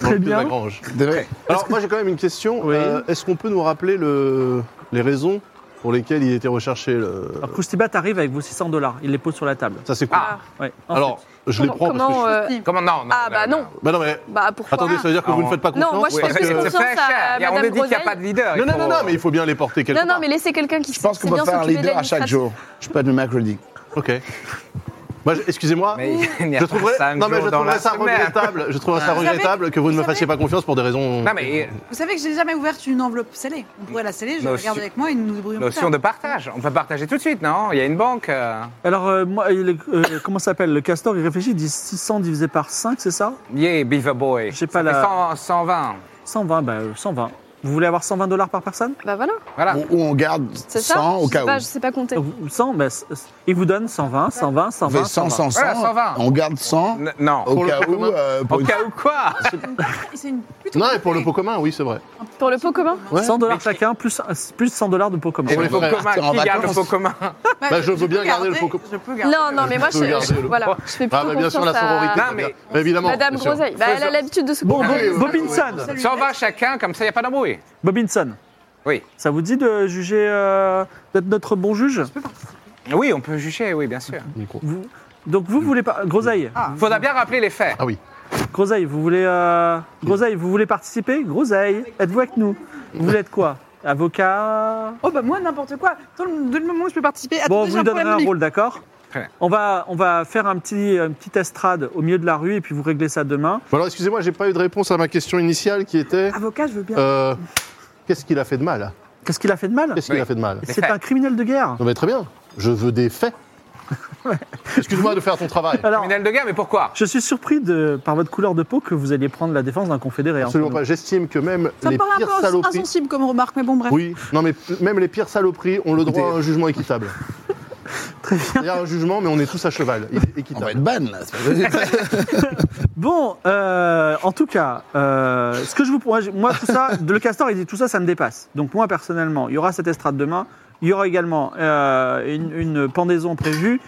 S6: Dans
S3: Très
S6: le cul de la
S3: bien.
S6: grange.
S4: C'est vrai.
S6: Alors, moi, j'ai quand même une question.
S3: Oui.
S6: Euh, Est-ce qu'on peut nous rappeler le... les raisons pour lesquelles il était recherché le...
S3: Alors, Koustibat arrive avec vos 600 dollars. Il les pose sur la table.
S6: Ça, c'est cool.
S7: Ah.
S3: Ouais. Ensuite,
S6: Alors, je les prends parce que.
S5: Comment,
S6: je-
S5: euh,
S7: Comment non, non
S5: Ah bah non.
S6: Bah non, mais.
S5: Bah pourquoi
S6: Attendez, ça veut dire que
S7: Ah,
S6: vous ne
S7: on-
S6: faites pas
S5: Non,
S6: confiance
S5: moi, je
S6: parce
S5: fais plus
S6: que-
S5: confiance.
S7: fait
S5: à
S7: On
S5: Madame
S7: a dit qu'il n'y a
S5: Groseille.
S7: pas de leader.
S6: Non,
S7: il
S6: non, non,
S7: faut-
S6: non, mais il faut bien les porter quelque
S5: Non, non,
S6: part.
S5: mais laissez quelqu'un qui
S4: Je pense
S5: sait
S4: qu'on peut
S5: bien
S4: faire un
S5: s'occuper de
S4: leader à chaque
S5: l'administration.
S4: jour. Je peux être le mercredi.
S6: Ok. Moi, je- excusez-moi.
S7: Mais il n'y a
S6: Je
S7: pas
S6: trouverais,
S7: cinq
S6: non, mais je
S7: jours dans
S6: trouverais
S7: la
S6: ça
S7: semaine.
S6: regrettable. Je trouverais ça
S8: Vous savez-
S6: regrettable que vous ne
S8: vous
S6: me fassiez
S8: savez-
S6: pas confiance pour des raisons.
S7: Non, mais euh,
S8: que- Vous savez que j'ai jamais ouvert une enveloppe scellée. On pourrait la sceller, je la
S7: Notion-
S8: garde avec moi et nous nous débrouillons. plus
S7: notion de
S8: tard.
S7: partage. Bah, On peut partager tout de suite, non Il y a une banque. euh,
S3: alors, euh, moi, il est- euh, comment ça s'appelle Le castor, il réfléchit, il dit 600 divisé par 5, c'est ça
S7: Yeah, Beaver Boy.
S3: J'ai pas
S7: Ça fait
S3: la-
S7: 100, 120.
S3: 120, bah, euh, 120. Vous voulez avoir 120 dollars par personne
S5: Bah voilà,
S7: Voilà.
S4: Ou, ou on garde
S5: c'est
S4: 100
S5: ça.
S4: au
S5: je, sais
S4: cas où.
S5: pas, je sais pas compter.
S3: Donc, 100, bah, c- c- il vous donne 120, 120,
S4: On fait
S3: 120,
S4: 100, 100, 100.
S7: Voilà, 120.
S4: On garde 100
S7: N- non.
S4: au
S6: Pour le
S4: cas
S6: commun.
S4: où. euh, pour
S7: Au
S4: une-
S7: cas où quoi
S8: Ah, C'est une pute.
S6: Non, et pour le pot commun, oui, c'est vrai. Ah,
S5: Pour le pot commun
S6: Ouais.
S3: 100 dollars chacun, plus, plus 100 dollars de pot commun.
S4: Et
S6: Pour
S4: on
S6: les
S4: va
S6: frères.
S4: partir
S7: Commun,
S4: en
S7: Qui garde le
S4: vacances.
S7: pot commun
S6: Bah, je veux bien
S8: peux
S6: garder le pot commun.
S8: Je peux garder.
S5: Non, non, mais moi,
S6: Je
S5: je,
S6: peux garder
S5: je-
S6: le-
S5: voilà, je fais
S6: Ah,
S5: plutôt
S6: bah, bien sûr,
S5: confiance
S6: la sororité.
S5: à
S7: Non, mais-
S6: Bah, évidemment.
S5: Madame
S6: bien sûr.
S5: Groseille. Bah, elle a l'habitude de se
S3: Bon, Bo-
S5: couper.
S6: Ah oui, oui,
S3: Bobinson,
S8: oui. Salut.
S7: 120 chacun, comme ça, il n'y a pas d'embrouille.
S3: Bobinson,
S7: Oui.
S3: ça vous dit de juger, euh, d'être notre bon juge
S7: Oui, on peut juger, oui, bien sûr.
S6: Micro.
S3: Vous- Donc vous voulez pas Groseille,
S7: Il faudra bien rappeler les faits.
S6: Ah oui.
S3: Groseille, vous voulez euh, Groseille, vous voulez participer Groseille, êtes-vous avec nous Vous voulez être quoi
S6: Ah,
S3: Avocat
S8: Oh bah moi n'importe quoi. Dans le, dès le moment où je peux participer.
S3: Bon,
S8: Attendez,
S3: vous
S8: j'ai
S3: nous donnerez
S8: problème
S3: un
S8: de
S3: rôle, d'accord
S7: Très bien.
S3: on va, on va faire un petit, une petite estrade au milieu de la rue et puis vous réglez ça demain.
S6: Bon, alors, excusez-moi, j'ai pas eu de réponse à ma question initiale qui était
S8: micro. Avocat, je veux bien.
S6: euh, qu'est-ce qu'il a fait de mal
S3: Qu'est-ce qu'il a fait de mal
S6: Qu'est-ce qu'il
S7: Oui.
S6: a fait de mal
S3: C'est un criminel de guerre.
S6: Non, mais très bien. Je veux des faits. Excuse-moi de faire ton travail.
S3: Alors,
S7: Criminel de guerre, mais pourquoi
S3: je suis surpris de, par votre couleur de peau que vous alliez prendre la défense d'un confédéré. hein,
S6: Absolument
S3: entre nous.
S6: pas. J'estime que même
S8: Ça me
S6: les
S8: paraît
S6: pires
S8: un peu
S6: saloperies.
S8: insensible comme remarque, mais bon bref.
S6: Oui, non mais même les pires saloperies ont le droit à un jugement équitable.
S3: Très
S6: Il y a un jugement, mais on est tous à cheval. Il est
S4: On va
S6: équitable.
S4: être ban, là. c'est pas possible.
S3: Bon, euh, en tout cas, euh, ce que je vous moi, je- moi tout ça, le castor il dit tout ça, ça me dépasse. Donc moi personnellement, il y aura cette estrade demain, il y aura également euh, une, une pendaison prévue.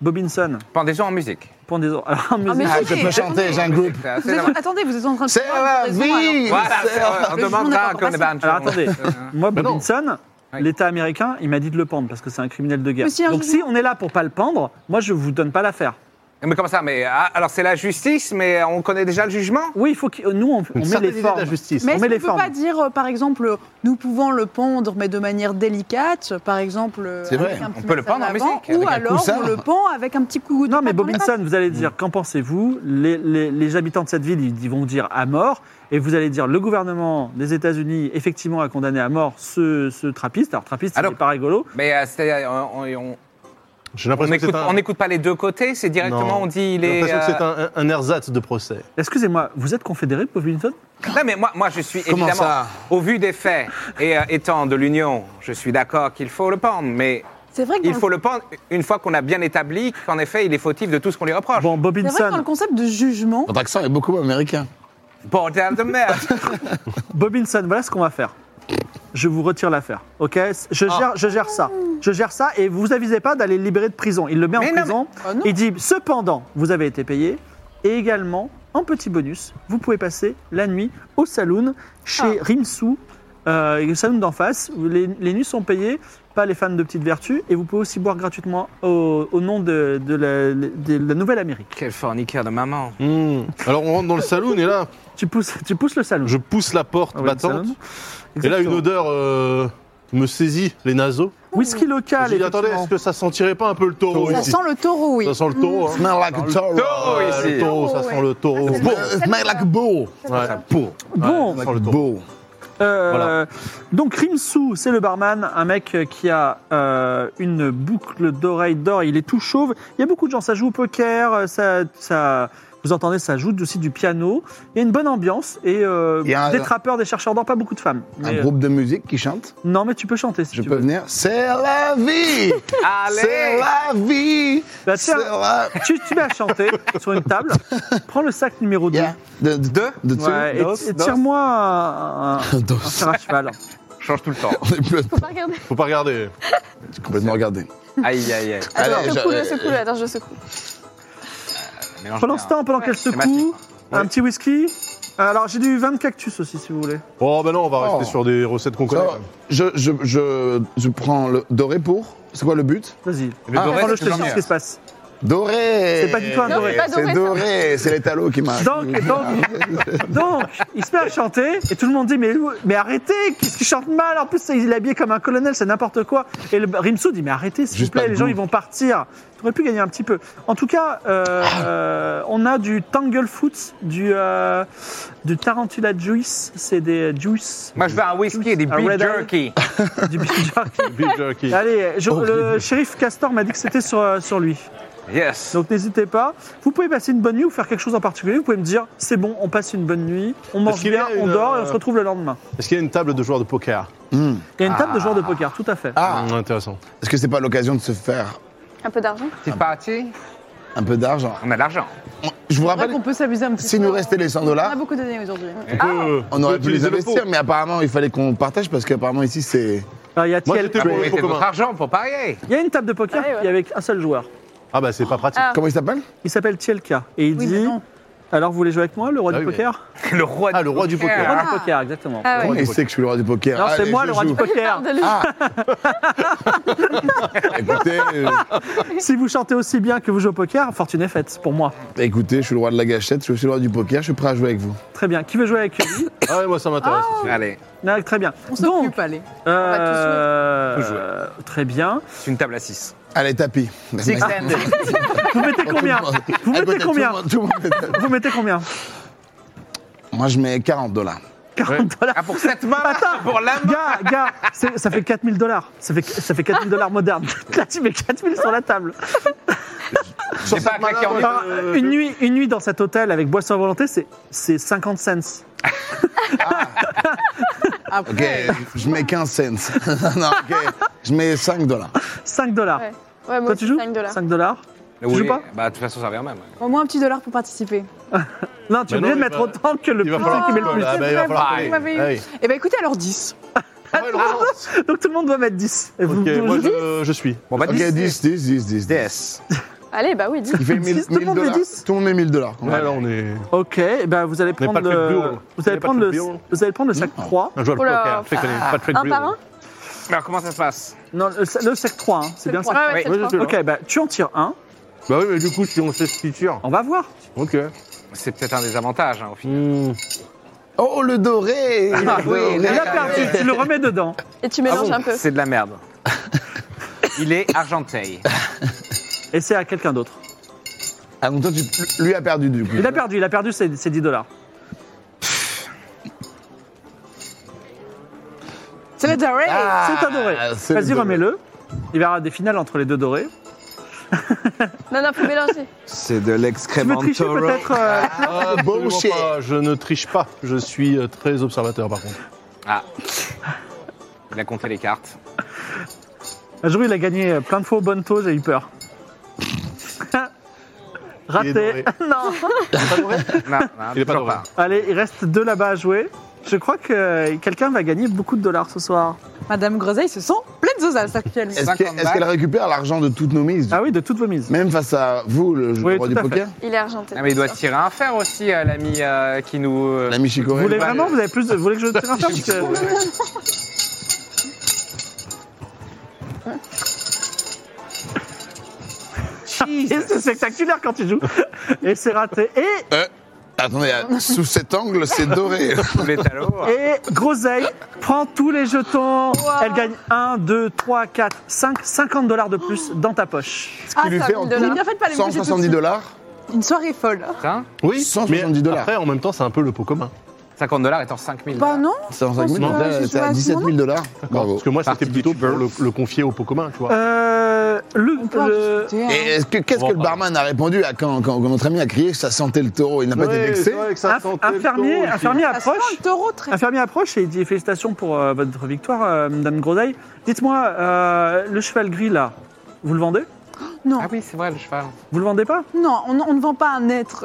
S3: Bobinson,
S7: Pendaison en musique.
S3: pendaison. Alors, en musique.
S8: mais
S4: Ah,
S8: si,
S4: je peux
S8: mais
S4: chanter, j'ai un groupe.
S7: C'est la-
S8: Vous êtes- Attendez, vous êtes en train de.
S4: C'est euh, la
S8: Raison, alors.
S4: vie
S7: Voilà,
S4: c'est-
S7: c'est- on
S8: Le jugement
S7: demandera à
S8: n'attend pas
S7: Conan
S3: Alors attendez, moi
S6: Ah, Mais non.
S3: Bobinson,
S7: Oui.
S3: l'État américain, il m'a dit de le pendre parce que c'est un criminel de guerre.
S8: Mais si, un
S3: Donc
S8: jugement-
S3: si on est là pour pas le pendre, moi je vous donne pas l'affaire.
S7: Mais comment ça mais, ah, Alors, c'est la justice, mais euh, on connaît déjà le jugement
S3: Oui, il faut que nous on, on met
S6: Certaines
S3: les
S6: idées de
S3: formes.
S6: la justice.
S3: on
S8: Mais
S3: met les
S8: est-ce qu'on
S3: formes.
S8: peut pas dire, euh, par exemple, euh, nous pouvons le pendre, mais de manière délicate, par exemple, euh,
S4: C'est
S8: avec
S4: vrai.
S8: un
S7: On
S8: petit
S7: peut le
S8: message
S7: pendre en
S8: avant,
S7: musique, avec
S8: ou
S7: un
S8: alors
S4: coussin.
S8: on le pend avec un petit coup de
S3: Non, mais
S8: patte dans les
S3: Bobinson, vous allez dire, qu'en pensez-vous les, les- les habitants de cette ville, ils ils vont dire à mort, et vous allez dire, le gouvernement des États-Unis, effectivement, a condamné à mort ce, ce trappiste. Alors, trappiste,
S7: Alors-
S3: c'est pas rigolo.
S7: Mais euh, c'est- on- on-
S6: J'ai
S7: on
S6: l'impression que
S7: n'écoute
S6: c'est
S7: on
S6: un,
S7: n'écoute pas les deux côtés, c'est directement,
S6: Non.
S7: on dit il
S6: j'ai
S7: est.
S6: l'impression que c'est
S7: euh,
S6: un, un ersatz de procès.
S3: Excusez-moi, vous êtes confédéré, Bobinson
S7: Non, mais moi, moi je suis
S4: Comment
S7: évidemment,
S4: ça
S7: au vu des faits et euh, étant de l'Union, je suis d'accord qu'il faut le pendre, mais
S8: C'est vrai que
S7: il
S8: dans
S7: faut
S8: le-
S7: le pendre une fois qu'on a bien établi qu'en effet, il est fautif de tout ce qu'on lui reproche.
S3: Bon,
S8: c'est vrai que dans le
S3: Bobinson,
S8: concept de jugement,
S4: Votre accent est beaucoup moins américain.
S7: Bordel de merde
S3: Bobinson, voilà ce qu'on va faire. Je vous retire l'affaire, ok je
S7: Ah.
S3: gère, je gère ça. Je gère ça et vous avisez pas d'aller le libérer de prison. Il le met
S7: Mais Ah
S3: en
S7: non,
S3: prison.
S8: Oh non.
S3: Il dit Cependant, vous avez été payé. Et également, en petit bonus, vous pouvez passer la nuit au saloon chez
S7: Ah.
S3: Rimsou, euh, le saloon d'en face. où Les, les nuits sont payées, pas les fans de petites vertus. Et vous pouvez aussi boire gratuitement au, au nom de, de la, de la Nouvelle-Amérique.
S7: Quel forniqueur de maman
S6: Hmm. Alors on rentre dans le saloon et là,
S3: Tu pousses, tu pousses le saloon.
S6: je pousse la porte
S3: Ah ouais, le
S6: battante
S3: saloon.
S6: et là une
S3: Exactement.
S6: odeur euh, me saisit les naseaux.
S3: Whisky
S6: Je
S3: local.
S6: dis attendez,
S3: Ah, effectivement.
S6: est-ce que ça sentirait pas un peu le taureau
S8: ça
S6: ici
S8: sent le taureau, oui.
S6: Ça sent le taureau. hein.
S4: Smell like a taureau. Ah,
S7: taureau,
S6: Ah,
S7: ici.
S6: le taureau, ça sent le taureau.
S4: It's bull. It's made like a bull.
S6: Ouais.
S4: Bull.
S3: Bon.
S6: Ouais, ça sent le
S4: Like a
S6: taureau.
S4: bull.
S3: Euh,
S6: Voilà.
S3: Donc Rimsou, c'est le barman, un mec qui a euh, une boucle d'oreille d'or, il est tout chauve. Il y a beaucoup de gens, ça joue au poker, ça, ça, vous entendez, ça joue aussi du piano. Il y a une bonne ambiance et euh,
S4: Il y a un-
S3: des trappeurs, des chercheurs d'or, pas beaucoup de femmes.
S4: Un
S3: Mais, euh,
S4: groupe de musique qui chante.
S3: non, mais tu peux chanter si
S4: Je
S3: tu
S4: peux
S3: veux.
S4: venir. C'est la vie. C'est
S7: Allez
S4: la vie.
S3: Bah,
S4: C'est
S3: tiens,
S4: la.
S3: tu, tu vas chanter sur une table. Prends le sac numéro 2
S4: Yeah. De, de,
S7: Deux
S4: de dessous.
S3: et, et tire-moi un, un-
S4: Dos.
S3: un fer à cheval.
S7: Change tout le temps.
S4: On est plus-
S5: Faut pas regarder.
S6: Faut pas regarder.
S4: J'ai complètement regardé.
S7: Aïe, aïe, aïe.
S4: Allez,
S5: Attends,
S4: je-
S5: secoue-le, secoue-le. Attends, je secoue.
S7: Mélange
S3: Pendant
S7: bien.
S3: ce temps, pendant qu'elle
S7: C'est magique.
S3: secoue, un petit whisky. Alors j'ai du vin de cactus aussi si vous voulez.
S6: Oh ben non, on va
S4: Oh.
S6: rester sur des recettes qu'on connaît.
S4: Alors, je, je, je, je prends le doré pour. C'est quoi le but
S3: Vas-y.
S7: Le doré,
S3: Ah, Prends-le, je
S7: c'est
S3: te dis
S7: toujours
S3: ce qui se passe.
S4: Doré
S3: C'est pas du tout un
S5: Non, doré. c'est pas doré,
S4: C'est
S5: ça.
S4: doré, c'est les talos qui marchent.
S3: Donc, donc, donc, il se met à chanter et tout le monde dit mais, où- mais arrêtez, qu'est-ce qu'il chante mal En plus, il est habillé comme un colonel, c'est n'importe quoi. Et le Rimsou dit mais arrêtez, s'il vous
S4: Juste pas
S3: plaît,
S4: de
S3: les gens
S4: goût.
S3: ils vont partir. Tu aurais pu gagner un petit peu. En tout cas, euh, euh, on a du Tanglefoot, du, euh, du Tarantula Juice, c'est des juice,
S7: Moi, je veux un whisky et des
S3: Un
S7: beef
S3: Red Eye.
S7: jerky.
S3: du beef jerky.
S6: Beef jerky.
S3: Allez, je- le shérif Castor m'a dit que c'était sur, euh, sur lui.
S7: Yes.
S3: Donc n'hésitez pas. Vous pouvez passer une bonne nuit ou faire quelque chose en particulier. Vous pouvez me dire, c'est bon, on passe une bonne nuit, on mange
S6: qu'il y a
S3: bien, on
S6: une,
S3: dort et
S6: euh,
S3: on se retrouve le lendemain.
S6: Est-ce qu'il y a une table de joueurs de poker
S3: Il y a une table de joueurs de poker, tout à fait.
S4: Ah,
S6: Hum, Intéressant.
S4: est-ce que c'est pas l'occasion de se faire
S5: Un peu d'argent
S7: C'est parti.
S4: un peu d'argent
S7: On a de l'argent.
S4: Je vous
S8: C'est vrai
S4: rappelle,
S8: qu'on peut s'amuser un petit
S4: si
S8: peu.
S4: nous restait les 100
S8: On
S4: dollars,
S8: a beaucoup donné aujourd'hui.
S4: on aurait pu les
S6: utiliser le
S4: investir,
S6: pot.
S4: mais apparemment, il fallait qu'on partage parce qu'apparemment, ici, c'est.
S3: Alors, il, y a
S6: Moi,
S3: Thiel-
S6: j'étais pour-
S7: Mettez
S6: pour
S7: votre
S6: commun.
S7: argent pour parier.
S3: il y a une table de poker
S5: Ah, ouais.
S3: qui est avec un seul joueur.
S6: Ah bah c'est pas pratique.
S5: Ah.
S4: Comment il s'appelle
S3: Il s'appelle Tielka et il
S8: Oui, mais
S3: dit
S8: non.
S3: Alors vous voulez jouer avec moi, le roi
S6: Ah
S3: du
S6: oui, mais-
S3: poker
S7: Le roi,
S6: Ah, le roi du poker.
S3: Le roi
S7: Ah.
S3: du poker, exactement.
S5: Ah
S4: Comment
S5: ouais.
S4: il sait que je suis le roi du poker
S3: Non, c'est
S4: Allez,
S3: moi
S4: je
S3: le roi du
S4: joue.
S3: poker.
S5: de lui.
S4: Écoutez, euh,
S3: Si vous chantez aussi bien que vous jouez au poker, fortune est faite pour moi.
S4: écoutez, je suis le roi de la gâchette, je suis le roi du poker, je suis prêt à jouer avec vous.
S3: Très bien. Qui veut jouer avec lui
S6: Ah ouais, moi ça m'intéresse. aussi.
S7: Allez,
S3: Ah, Très bien.
S8: On
S3: Donc,
S8: s'occupe, allez.
S3: euh,
S7: tous jouer.
S3: euh, très bien.
S7: c'est une table à 6.
S4: Allez, tapis.
S3: Vous mettez combien Vous mettez combien Vous mettez combien
S4: Moi, je mets 40 dollars.
S3: 40 dollars.
S7: Ah, pour cette main Pour la main
S3: Bah, Gars, gars, c'est- ça fait 4000 dollars. Ça fait, ça fait 4000 dollars modernes. Là, tu mets 4000 sur la table.
S7: J'ai pas claqué en
S3: Alors, une, nuit, une nuit dans cet hôtel avec boisson à volonté, c'est- c'est 50 cents.
S8: Après,
S4: Ok, je mets 15 cents. non, ok, je mets 5 dollars.
S3: 5 dollars.
S5: Ouais. Ouais, moi
S3: Toi,
S5: aussi,
S3: tu joues
S5: 5 dollars.
S3: 5 dollars.
S7: Oui,
S3: joues pas
S7: Bah, de toute façon, ça revient au même.
S8: au moins un petit dollar pour participer.
S3: Non, tu es
S6: Bah
S3: obligé de
S6: non,
S3: mettre
S6: il va-
S3: autant que le
S6: Il va
S3: plus
S6: falloir
S3: qui met le plus.
S6: Ah bah, il va falloir
S8: Vous m'avez eu.
S6: Ah oui.
S8: Eh ben écoutez, alors 10.
S6: Ah ouais, le roi.
S3: Donc tout le monde doit mettre 10. Et vous-
S6: Ok,
S3: vous-
S6: moi je, je suis.
S7: Bon, bah,
S4: Ok,
S7: 10.
S4: 10, 10, 10, 10.
S7: Yes.
S5: Allez, bah oui, dis.
S4: Il fait
S3: Dix,
S4: 1000
S3: tout le monde met
S4: dollars.
S3: 10.
S4: Tout le monde met 1000 dollars.
S6: Ouais, là on est.
S3: Ok, eh ben vous allez
S6: Mais
S3: prendre
S6: pas le truc
S3: le,
S6: bio.
S3: vous allez
S6: Mais pas
S3: prendre
S6: le
S3: le,
S6: truc bio.
S3: vous allez prendre le sac 3.
S6: Un joueur de
S5: Oh là.
S6: poker. Je sais que t'as les- pas de fake
S5: Un
S6: grill.
S5: par un
S7: Alors, comment ça se passe
S3: Non, le, sa- le sac 3, hein, c'est bien ça.
S5: Ouais, ouais,
S7: Oui,
S5: c'est
S6: oui, je
S5: trois.
S6: sais.
S3: Ok, bah tu en tires un.
S6: Bah oui, mais du coup, si on sait ce qu'il tire.
S3: On va voir.
S6: Ok.
S7: C'est peut-être un des avantages, hein, au final.
S6: Hmm.
S4: Oh, le doré
S7: Ah, oui,
S3: Il a
S7: Ouais,
S3: perdu.
S7: ouais.
S3: Tu le remets dedans.
S5: Et tu mélanges un peu.
S7: C'est de la merde. Il est argenteil.
S3: Et c'est à quelqu'un d'autre.
S4: Ah, donc toi, tu- lui a perdu du coup.
S3: Il a perdu. Il a perdu ses, ses 10 dollars.
S8: C'est le doré.
S4: Ah.
S6: Ah,
S3: c'est adoré.
S4: c'est le
S3: Vas-y,
S4: doré.
S3: remets-le. Il y aura des finales entre les deux dorés.
S5: Non, non, faut mélanger.
S7: C'est de
S3: Tu veux tricher
S7: l'excrémentoro.
S3: peut-être euh,
S6: Ah, absolument
S4: bullshit.
S6: pas. Je ne triche pas. Je suis euh, très observateur par contre.
S7: Ah. Il a compté les cartes.
S3: Un jour, il a gagné plein de fois au bonne taux, j'ai eu peur.
S6: Il est
S3: Raté.
S6: doré.
S3: non.
S7: Non, non,
S6: Il est pas
S7: toujours
S6: doré.
S3: Allez, il reste deux là-bas à jouer. Je crois que euh, quelqu'un va gagner beaucoup de dollars ce soir.
S8: Madame Groseille se sent pleine de zozas actuellement.
S4: Est-ce que-
S7: 50
S4: est-ce qu'elle
S7: balles.
S4: récupère l'argent de toutes nos mises
S3: Ah oui, de toutes vos mises.
S4: Même face à vous, le
S3: Oui,
S4: roi
S3: tout
S4: du
S3: à fait.
S4: poker
S5: Il est argenté.
S7: Ah, mais il doit tirer un fer aussi, euh, l'ami euh, qui nous. euh,
S4: L'ami Chicoré
S3: Vous voulez
S7: bah,
S3: vraiment
S7: euh,
S3: Vous avez plus de... Vous voulez que je tire un fer Parce que- Et C'est spectaculaire quand tu joues. Et c'est raté. Et,
S4: Euh, attendez, euh, sous cet angle, c'est doré.
S7: tous les talos.
S3: et Groseille prend tous les jetons. Elle gagne 1, 2, 3, 4, 5, 50 dollars de plus dans ta poche.
S8: Ah,
S4: Ce qui lui
S5: ça,
S4: fait en
S5: mille
S8: Mais
S4: tout
S5: dollars.
S8: bien fait de pas les bouger tout de
S4: 170
S8: suite.
S4: dollars.
S8: Une soirée folle.
S7: Putain,
S6: Oui,
S4: 170
S6: mais
S4: dollars.
S6: Après, en même temps, c'est un peu le pot commun.
S7: 50 dollars étant 5000.
S8: Bah non.
S4: 105 000
S8: Non,
S4: dollars,
S8: je
S4: c'est
S8: joue
S4: à
S8: à ce
S4: 17 000 dollars. Bravo.
S6: Parce que moi,
S7: Partie
S6: c'était plutôt pour
S7: youtubeur.
S6: le, le confier au pot commun, tu vois.
S3: Euh, le,
S8: On peut en
S3: le-
S8: discuter, hein.
S4: Et est-ce que- qu'est-ce que le barman a répondu à quand, quand, quand notre ami a crié que ça sentait le taureau Il n'a pas été vexé
S3: un, un fermier, un fermier
S8: Ça sent
S3: approche.
S8: le taureau très
S3: Un fermier approche et il dit félicitations pour euh, votre victoire, euh, Madame Groseille. Dites-moi, euh, le cheval gris là, vous le vendez
S8: Non,
S7: Ah oui, c'est vrai, le cheval.
S3: Vous le vendez pas
S8: non, on, on ne vend pas un être.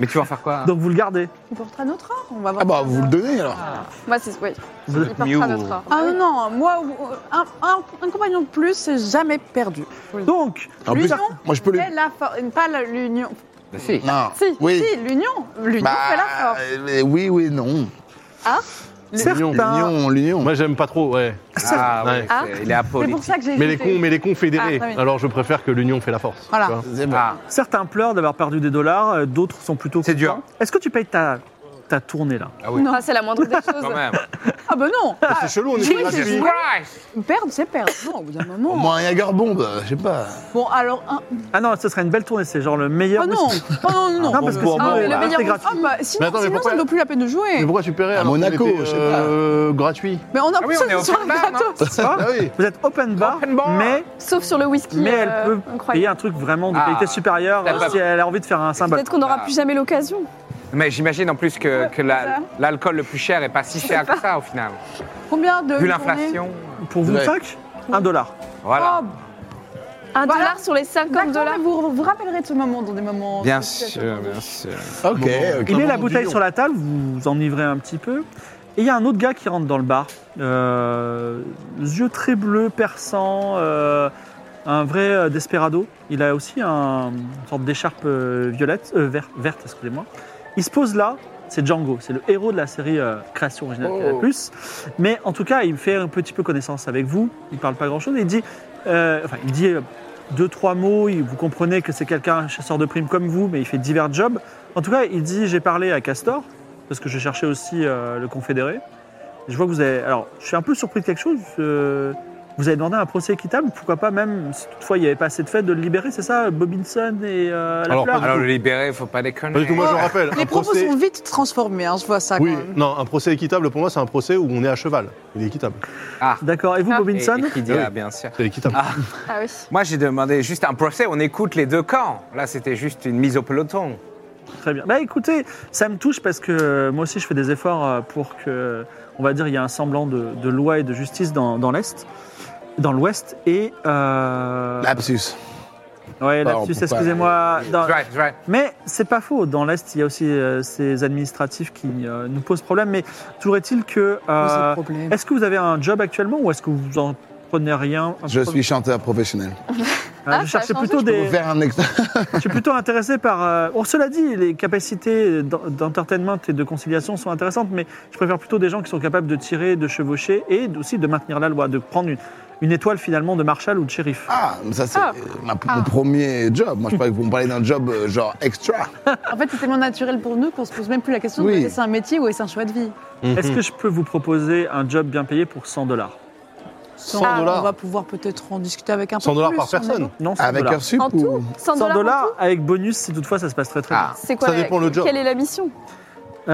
S7: Mais tu vas en faire quoi hein
S3: Donc vous le gardez.
S8: Il portera notre or. On va voir.
S4: Ah bah, vous le donnez alors.
S5: Moi, c'est. Oui.
S3: Vous-
S5: Il portera
S7: Miou.
S5: notre or.
S8: Ah non, non, moi, ou- un, un- un compagnon de plus, c'est jamais perdu.
S3: Donc,
S4: En plus,
S8: L'union
S4: moi je peux lui.
S8: fait la force. Pas la- l'union.
S7: Bah, si.
S4: Non.
S8: Si,
S4: oui.
S8: si, l'union. L'union fait la
S4: Bah,
S8: force.
S4: euh, oui, oui, non.
S3: certains,
S4: L'union, l'union.
S6: Moi, j'aime pas trop, ouais.
S7: Ah,
S6: Ouais.
S7: oui,
S8: Ah.
S7: c'est- il est
S8: C'est
S7: apolitique.
S8: pour ça que j'ai
S6: Mais les,
S8: écouté.
S6: cons, mais les confédérés.
S8: Ah, oui.
S6: Alors, je préfère que l'union fait la force.
S8: Voilà.
S6: tu vois.
S4: C'est bon.
S7: Ah,
S3: certains pleurent d'avoir perdu des dollars, euh, d'autres sont plutôt
S7: C'est
S3: contents. Est-ce que tu payes ta t'as tourné là.
S5: Non, c'est la moindre des
S7: Quand
S5: choses.
S7: même.
S8: Ah ben non
S6: C'est chelou, on est pas
S8: Jesus
S6: gratuit.
S8: Christ Perdre, c'est perdre. Non, au bout d'un
S4: Au
S8: moment.
S4: moins un Gagarbombe, je sais pas.
S8: Bon, alors... Un...
S3: Ah non, ce serait une belle tournée, c'est genre le meilleur.
S8: Ah non
S3: whisky.
S8: Ah non, non,
S3: Non,
S8: non
S3: parce que
S6: bon,
S3: sinon,
S6: bon,
S3: euh,
S8: mais le
S3: c'est
S8: meilleur
S3: gratuit.
S8: Ah bah, sinon,
S6: Mais attends, mais
S8: sinon
S6: pourquoi-
S8: ça ne vaut plus la peine de jouer.
S6: Mais pourquoi tu paierais
S4: À
S6: alors qu'on
S4: Monaco,
S6: était,
S4: je sais
S6: euh, gratuit
S8: Mais on a
S7: Ah oui,
S8: plus
S7: on est au
S8: sur le
S7: Vietnam, hein.
S8: gratos.
S6: Ah oui.
S3: Vous êtes open bar,
S7: Open bar.
S3: mais,
S5: Sauf sur le whisky.
S3: mais elle
S5: euh,
S3: peut payer
S5: incroyable.
S3: un truc vraiment de
S7: Ah.
S3: qualité supérieure
S7: La
S3: euh,
S7: pub.
S3: si elle a envie de faire un symbole.
S5: Peut-être qu'on n'aura
S7: Ah.
S5: plus jamais l'occasion.
S7: Mais j'imagine en plus que, que la- l'alcool le plus cher est pas si cher que ça au final.
S8: Combien de
S7: Vu
S8: journées
S7: l'inflation.
S3: Pour vous
S4: Ouais.
S3: cinq, un dollar.
S7: Voilà.
S8: Oh,
S5: Un
S8: Voilà.
S5: dollar sur les 50
S8: D'accord,
S5: dollars.
S8: mais vous vous rappellerez de ce moment dans des moments...
S7: Bien
S8: de situation.
S7: sûr, bien sûr.
S4: Ok, ok.
S3: Il met la bouteille sur la table, vous vous enivrez un petit peu. Et il y a un autre gars qui rentre dans le bar. Euh, yeux très bleus, perçants, euh, un vrai euh, desperado. Il a aussi un- une sorte d'écharpe euh, violette, euh, vert- verte, excusez-moi. Il se pose là, c'est Django, c'est le héros de la série euh, Création originale
S4: Oh.
S3: Canal+. Mais en tout cas, il fait un petit peu connaissance avec vous. Il parle pas grand-chose. et Il dit, euh, enfin, il dit euh, deux trois mots. il- Vous comprenez que c'est quelqu'un un chasseur de primes comme vous, mais il fait divers jobs. En tout cas, il dit j'ai parlé à Castor parce que je cherchais aussi euh, le confédéré. Je vois que vous avez. Alors, je suis un peu surpris de quelque chose. euh, vous avez demandé un procès équitable. Pourquoi pas même si toutefois il n'y avait pas assez de fait de le libérer, c'est ça, Bobinson et euh,
S6: Alors,
S3: Lafleur
S7: Alors le libérer, faut pas déconner.
S6: Parce que moi, je le rappelle,
S8: Oh, Les
S6: un
S8: propos
S6: procès...
S8: sont vite transformés, hein, je vois ça
S6: Oui,
S8: quand même.
S6: non, un procès équitable, pour moi, c'est un procès où on est à cheval. Il est équitable.
S3: D'accord. Et vous,
S5: Ah.
S7: Et-
S3: Bobinson
S7: et qui dit,
S6: Oui.
S7: ah, bien sûr.
S6: C'est équitable.
S5: Ah oui.
S7: Moi, j'ai demandé juste un procès, on écoute les deux camps. Là, c'était juste une mise au peloton.
S3: Très bien. Bah écoutez, ça me touche parce que euh, moi aussi je fais des efforts euh, pour que, on va dire, il y a un semblant de, de loi et de justice dans, dans l'Est, dans l'Ouest et. Euh...
S4: Lapsus.
S3: ouais,
S4: Pardon,
S3: lapsus,
S4: pourquoi
S3: excusez-moi. Dans-
S7: Right, right.
S3: Mais c'est pas faux. Dans l'Est, il y a aussi euh, ces administratifs qui euh, nous posent problème. Mais toujours est-il que. euh,
S8: Mais c'est le problème.
S3: est-ce que vous avez un job actuellement ou est-ce que vous en prenez rien
S4: Je suis chanteur professionnel.
S3: Euh,
S5: Ah,
S3: je
S5: ça a
S3: cherchais
S5: changé,
S3: plutôt
S5: je
S3: des.
S4: Faut faire un extra-
S3: Je suis plutôt intéressé par. euh, bon, cela dit, les capacités d'en- d'entertainment et de conciliation sont intéressantes, mais je préfère plutôt des gens qui sont capables de tirer, de chevaucher et aussi de maintenir la loi, de prendre une, une étoile finalement de marshal ou de shérif.
S4: Ah, mais ça c'est
S5: Ah.
S4: euh, ma- mon premier job. Moi je parlais que vous me parlez d'un job euh, genre extra.
S8: En fait, c'est tellement naturel pour nous qu'on se pose même plus la question
S4: Oui.
S8: de est-ce un métier ou est-ce un choix de vie.
S3: Est-ce que je peux vous proposer un job bien payé pour 100 dollars
S8: 100
S6: dollars.
S8: On va pouvoir peut-être en discuter avec un peu
S6: 100 dollars
S8: plus,
S6: par
S8: on est
S6: personne.
S8: bon.
S3: Non, 100
S4: Avec un
S3: dollars.
S4: sup
S5: En
S4: ou
S5: tout 100
S3: 100
S5: dollars. en
S3: dollars
S5: tout
S3: avec bonus si toutefois ça se passe très très
S7: Ah.
S5: C'est quoi
S6: Ça
S5: la-
S6: dépend le job.
S5: Quelle est la mission
S3: bien.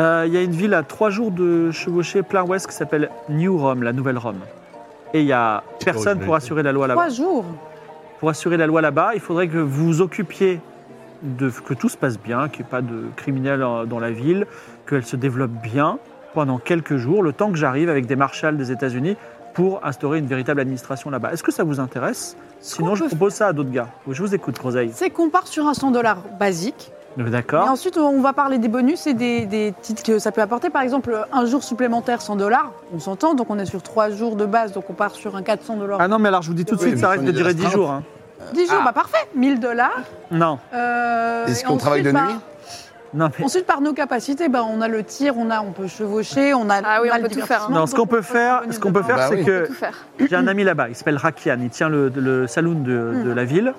S3: Euh, Il y a une ville à trois jours de chevaucher plein ouest qui s'appelle New Rome, la nouvelle Rome. Et il n'y a personne pour
S6: originalité.
S3: assurer la loi là-bas.
S8: Trois jours.
S3: pour assurer la loi là-bas, il faudrait que vous vous occupiez de que tout se passe bien, qu'il n'y ait pas de criminels euh, dans la ville, qu'elle se développe bien pendant quelques jours, le temps que j'arrive avec des marshals des États-Unis pour instaurer une véritable administration là-bas. Est-ce que ça vous intéresse Sinon,
S8: qu'on
S3: je
S8: peut
S3: propose ça à d'autres gars. Oui, Je vous écoute, Groseille.
S8: C'est qu'on part sur un 100 dollars basique. Et
S3: D'accord.
S8: ensuite, on va parler des bonus et des, des titres que ça peut apporter. Par exemple, un jour supplémentaire 100 dollars, on s'entend, donc on est sur trois jours de base, donc on part sur un 400 dollars.
S3: Ah non, mais alors je vous dis tout de
S4: Oui,
S3: suite,
S4: mais
S3: ça
S4: on
S3: risque
S4: est
S3: de durer 10
S4: restreint.
S3: jours. hein.
S8: 10 jours,
S7: Ah.
S8: bah parfait, 1000 dollars.
S3: Non,
S8: Euh,
S4: Est-ce
S8: et
S4: qu'on travaille de
S8: ensuite,
S4: nuit
S8: bah,
S3: non, mais-
S8: Ensuite, par nos capacités, bah, on a le tir, on, a, on peut chevaucher, on a,
S5: Ah oui, on
S8: a
S5: peut tout faire, hein.
S8: divertissement,
S3: Non, ce
S8: donc
S3: qu'on peut
S8: se
S3: faire,
S8: donner
S3: ce qu'on peut
S8: dedans.
S3: faire,
S4: Bah
S3: c'est
S4: oui.
S5: On
S3: que
S5: peut tout faire.
S3: J'ai un ami là-bas, il s'appelle Rakian, il tient le, le saloon de, de la ville.